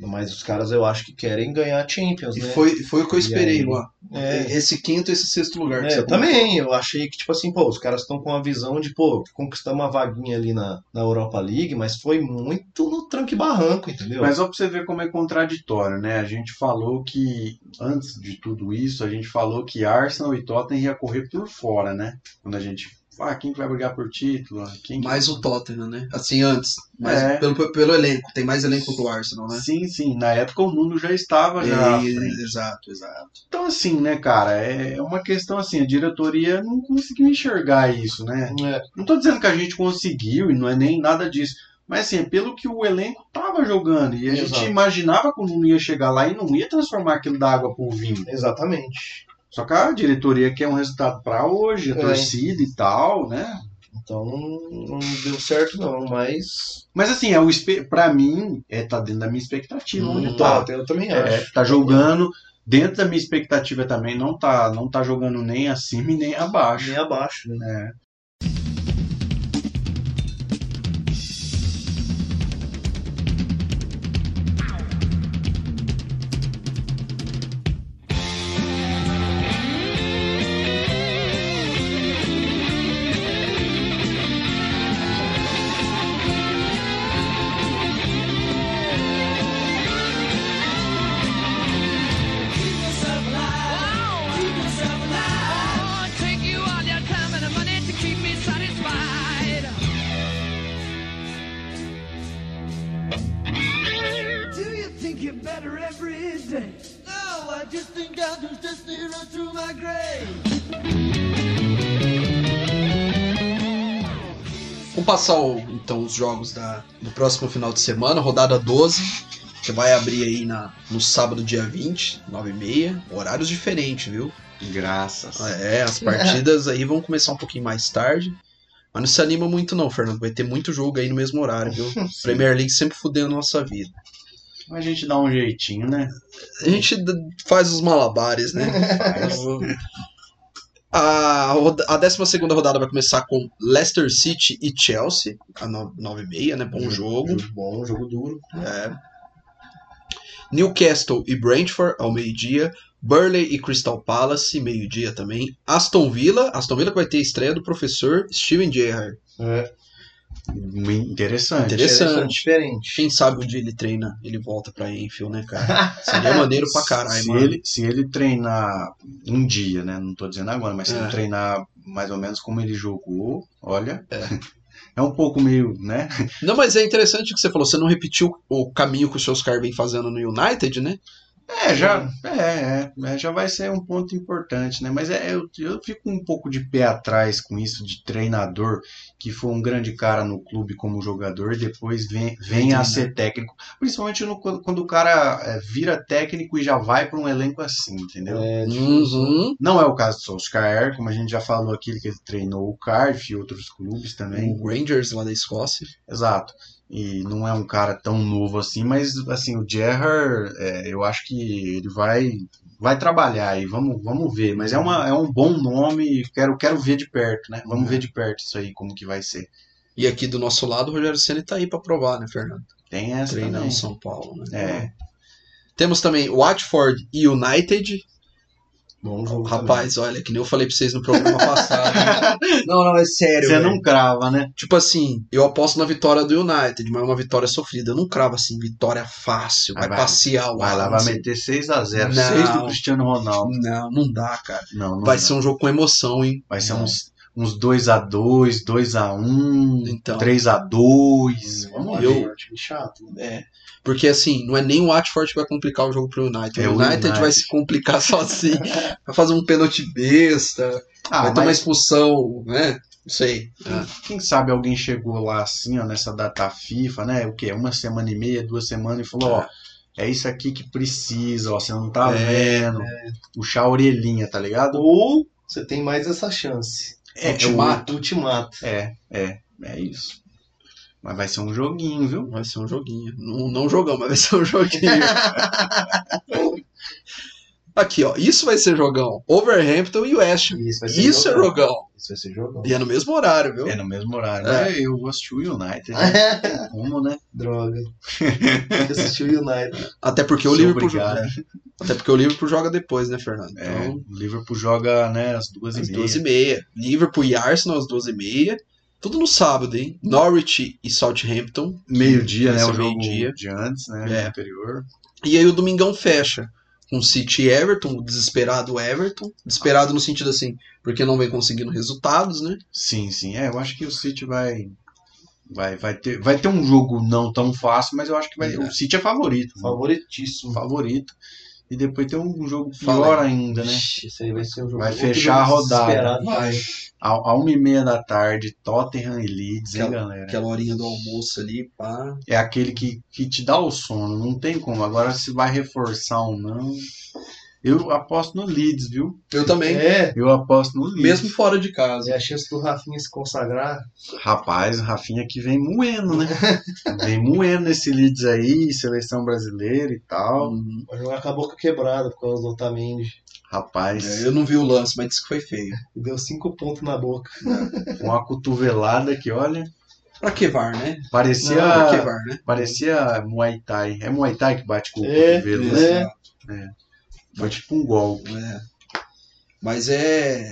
Mas os caras eu acho que querem ganhar a Champions, E né? foi, né? foi o que eu E esperei aí? lá. É. Esse quinto e esse sexto lugar. que É, você eu também, eu achei que, tipo assim, pô, os caras estão com a visão de, pô, conquistar uma vaguinha ali na, na Europa League, mas foi muito no tranque barranco, entendeu? Mas só pra você ver como é contraditório, né? A gente falou que, antes de tudo isso, a gente falou que Arsenal e Tottenham ia correr por fora, né? Quando a gente. Ah, quem que vai brigar por título? Quem que- Mais o Tottenham, né? Assim, antes. Mas É. pelo, pelo elenco. Tem mais elenco que o Arsenal, né? Sim, sim. Na época o Nuno já estava já. à E- frente. exato, exato. Então, assim, né, cara, é uma questão assim, a diretoria não conseguiu enxergar isso, né? É, Não tô dizendo que a gente conseguiu e não é nem nada disso. Mas assim, é pelo que o elenco tava jogando. E a Exato. gente imaginava que o Nuno ia chegar lá e não ia transformar aquilo da água pro vinho. exatamente. Só que a diretoria quer um resultado pra hoje, a É. torcida e tal, né? Então não deu certo não, mas Mas assim, é o espe- pra mim, é, tá dentro da minha expectativa. Hum, onde tá, tá, eu também É, acho. tá jogando dentro da minha expectativa também, não tá, não tá jogando nem acima e nem abaixo. Nem abaixo, né? né? Take you all your time and the money to keep me satisfied. Do you think you're better every day? No, I just think I'll do destiny run through my grave. Vamos passar o- então os jogos da, do próximo final de semana, rodada 12, que vai abrir aí na, no sábado, dia 20, 9h30. Horários diferentes, viu? Graças. É, as partidas aí vão começar um pouquinho mais tarde. Mas não se anima muito, não, Fernando. Vai ter muito jogo aí no mesmo horário, viu? Premier League sempre fudeu a nossa vida. A gente dá um jeitinho, né? A gente d- faz os malabares, *laughs* né? A, roda- a 12 rodada vai começar com Leicester City e Chelsea, a 9h30, né? Uhum. Bom jogo. Jogo bom, jogo duro. É. Newcastle e Brentford ao meio-dia. Burley e Crystal Palace, meio-dia também. Aston Villa, Aston Villa que vai ter a estreia do professor Steven Gerrard. É, Bem Interessante. Interessante. diferente. Quem sabe onde ele treina, ele volta pra Enfield, né, *laughs* cara? Seria maneiro pra caralho, se mano. ele, se ele treinar um dia, né? Não tô dizendo agora, mas se É. ele treinar mais ou menos como ele jogou, olha. *laughs* É. um pouco meio, né? Não, mas é interessante o que você falou. Você não repetiu o caminho que o seu Oscar vem fazendo no United, né? É, já, é, é, é, já vai ser um ponto importante, né? Mas é, eu, eu fico um pouco de pé atrás com isso de treinador que foi um grande cara no clube como jogador e depois vem, vem a ser técnico. Principalmente no- quando, quando o cara é, vira técnico e já vai para um elenco assim, entendeu? É, Uhum. Não é o caso do Solskjaer, como a gente já falou aqui, que ele treinou o Cardiff e outros clubes também. O Rangers lá da Escócia. Exato. E não é um cara tão novo assim, mas assim, o Gerrard, é, eu acho que ele vai vai trabalhar e vamos, vamos ver. Mas é, uma, é um bom nome, e quero, quero ver de perto, né? Vamos ver de perto isso aí, como que vai ser. E aqui do nosso lado, o Rogério Senna tá aí pra provar, né, Fernando? Tem essa Treinar o também. São Paulo, né? É. Temos também Watford e United. Bom jogo. Rapaz, olha, que nem eu falei pra vocês no programa *laughs* passado. não, não, é sério. Você velho. não crava, né? Tipo assim, eu aposto na vitória do United, mas é uma vitória sofrida. Eu não cravo assim, vitória fácil, Ah, vai, vai. passear o Vai lá, vai Ajax. meter Não. 6x0. 6 do Cristiano Ronaldo. Não, não dá, cara. Não, não vai dá. ser um jogo com emoção, hein? Vai ser uns, uns 2x2, 2x1, Então. 3x2. Vamos Eu- ver. É um time chato. né? É. Porque assim, não é nem o Watford que vai complicar o jogo pro United. É o o United, United. vai se complicar *laughs* sozinho. vai fazer um pênalti besta, Ah, vai mas ter uma expulsão, né? Não sei. quem sabe alguém chegou lá assim, ó, nessa data FIFA, né? O quê? Uma semana e meia, duas semanas e falou, ó, é isso aqui que precisa, ó, você não tá Tá. É, vendo. Puxar a orelhinha, tá ligado? Ou você tem mais essa chance. É, te mata. O ultimato. É, é, é isso. Mas vai ser um joguinho, viu? Vai ser um joguinho. Não, não jogão, mas vai ser um *laughs* joguinho. Aqui, ó. Isso vai ser jogão. Overhampton e West. Ham. Isso, vai ser Isso é jogão. Isso vai ser jogão. *laughs* E é no mesmo horário, viu? É no mesmo horário. É. Mas eu vou assistir *laughs* o United. né? Como, né? Droga. Tem que assistir o United. Até porque o Sou Liverpool obrigado. joga. né? Até porque o Liverpool joga depois, né, Fernando? É, Então, o Liverpool joga, né, às duas às e meia. 12h30. Liverpool e Arsenal às 12h30. Tudo no sábado, hein? Norwich e Southampton. Meio-dia, né? Esse é O jogo meio-dia. de antes, É. né? Anterior. E aí o domingão fecha. Com City e Everton, o desesperado Everton. Desesperado no sentido assim, porque não vem conseguindo resultados, né? Sim, sim. É, eu acho que o City vai. Vai, vai, ter, vai ter um jogo não tão fácil, mas eu acho que vai, É. o City é favorito. né? Favoritíssimo. Favorito. E depois tem um jogo Fala pior ainda, né? Ixi, Isso aí vai ser um jogo. Vai outro jogo fechar a rodada. desesperado. Vai. A, a uma e meia da tarde, Tottenham e Leeds, hein, Aquela- galera? Aquela horinha do almoço ali, pá. É aquele que, que te dá o sono, não tem como. Agora se vai reforçar ou não. Eu aposto no Leeds, viu? Eu também. É. Eu aposto no Leeds. Mesmo fora de casa. É a chance do Rafinha se consagrar. Rapaz, o Rafinha que vem moendo, né? vem moendo esse Leeds aí, seleção brasileira e tal. Uhum. Vai jogar com a boca quebrada por causa do Otamendi. É, Rapaz, Eu não vi o lance, mas disse que foi feio. E deu cinco pontos na boca. com uma cotovelada que, olha, Pra que VAR, né? parecia, Não, pra que VAR, né? parecia Muay Thai. É Muay Thai que bate com o É, cotovelo. é. né? Foi tipo um golpe. É. Mas é.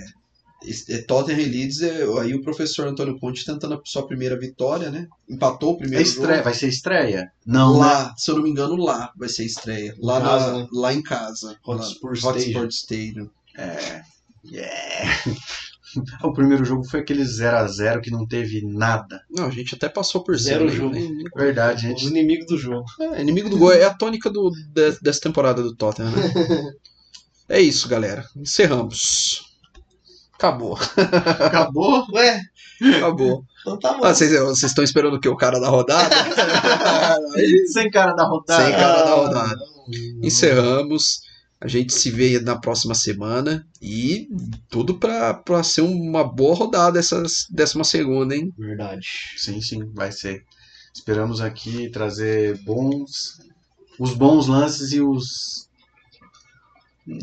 esse- é Tottenham e Leeds, é- aí o professor Antônio Conte tentando a sua primeira vitória, né? Empatou o É primeiro estreia, jogo. vai ser estreia? Não, né? Lá, se eu não me engano, lá vai ser estreia. Lá, Em na- casa, né? lá em casa. Hotspur Lá- Hotspur Stadium. Stadium. É. Yeah. O primeiro jogo foi aquele 0x0 que não teve nada. É Não, a gente até passou por Zero cima, jogo. né? Verdade, Os gente. inimigos do jogo. *laughs* É, inimigo do gol é a tônica do- de- dessa temporada do Tottenham, né? *laughs* É isso, galera. Encerramos. Acabou, *laughs* Acabou. Ué, acabou. então tá bom. Ah, Vocês vocês estão esperando o que? O cara da rodada? *laughs* Sem cara da rodada. Sem cara da rodada. Não. Encerramos. A gente se vê na próxima semana. E tudo pra, pra ser uma boa rodada essa décima segunda, hein? Verdade. Sim, sim, vai ser. Esperamos aqui trazer bons. Os bons lances e os.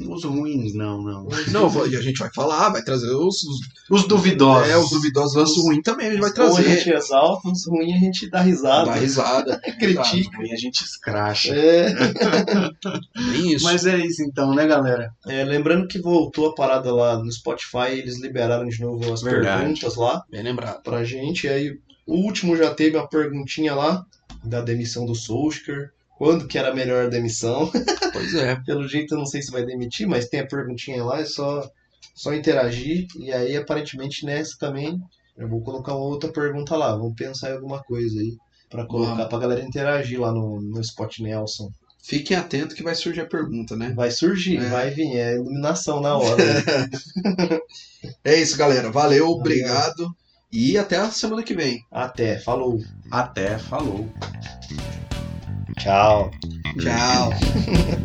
Os ruins, não, não. Não, vou- e a gente vai falar, vai trazer os, os, Os duvidosos. é, os duvidosos lances ruins também, a gente vai Ou a trazer. gente exalta, uns ruins a gente dá risada, Dá *laughs* risada, critica. Ruim a gente escracha. É, Tá. bem isso. Mas é isso então, né, galera? é, lembrando que voltou a parada lá no Spotify, eles liberaram de novo as Verdade. perguntas lá. Bem lembrado. pra gente. E aí, o último já teve uma perguntinha lá da demissão do Solskjaer. Quando que era melhor a demissão? Pois é. Pelo jeito eu não sei se vai demitir, mas tem a perguntinha lá, é só, só interagir. E aí, aparentemente, nessa também, eu vou colocar uma outra pergunta lá. Vamos pensar em alguma coisa aí pra colocar, pra galera interagir lá no, no Spot Nelson. Fiquem atentos que vai surgir a pergunta, né? Vai surgir, É. vai vir, é iluminação na hora. né? É isso, galera. Valeu, obrigado. E até a semana que vem. Até, falou. Até falou. Tchau. Tchau.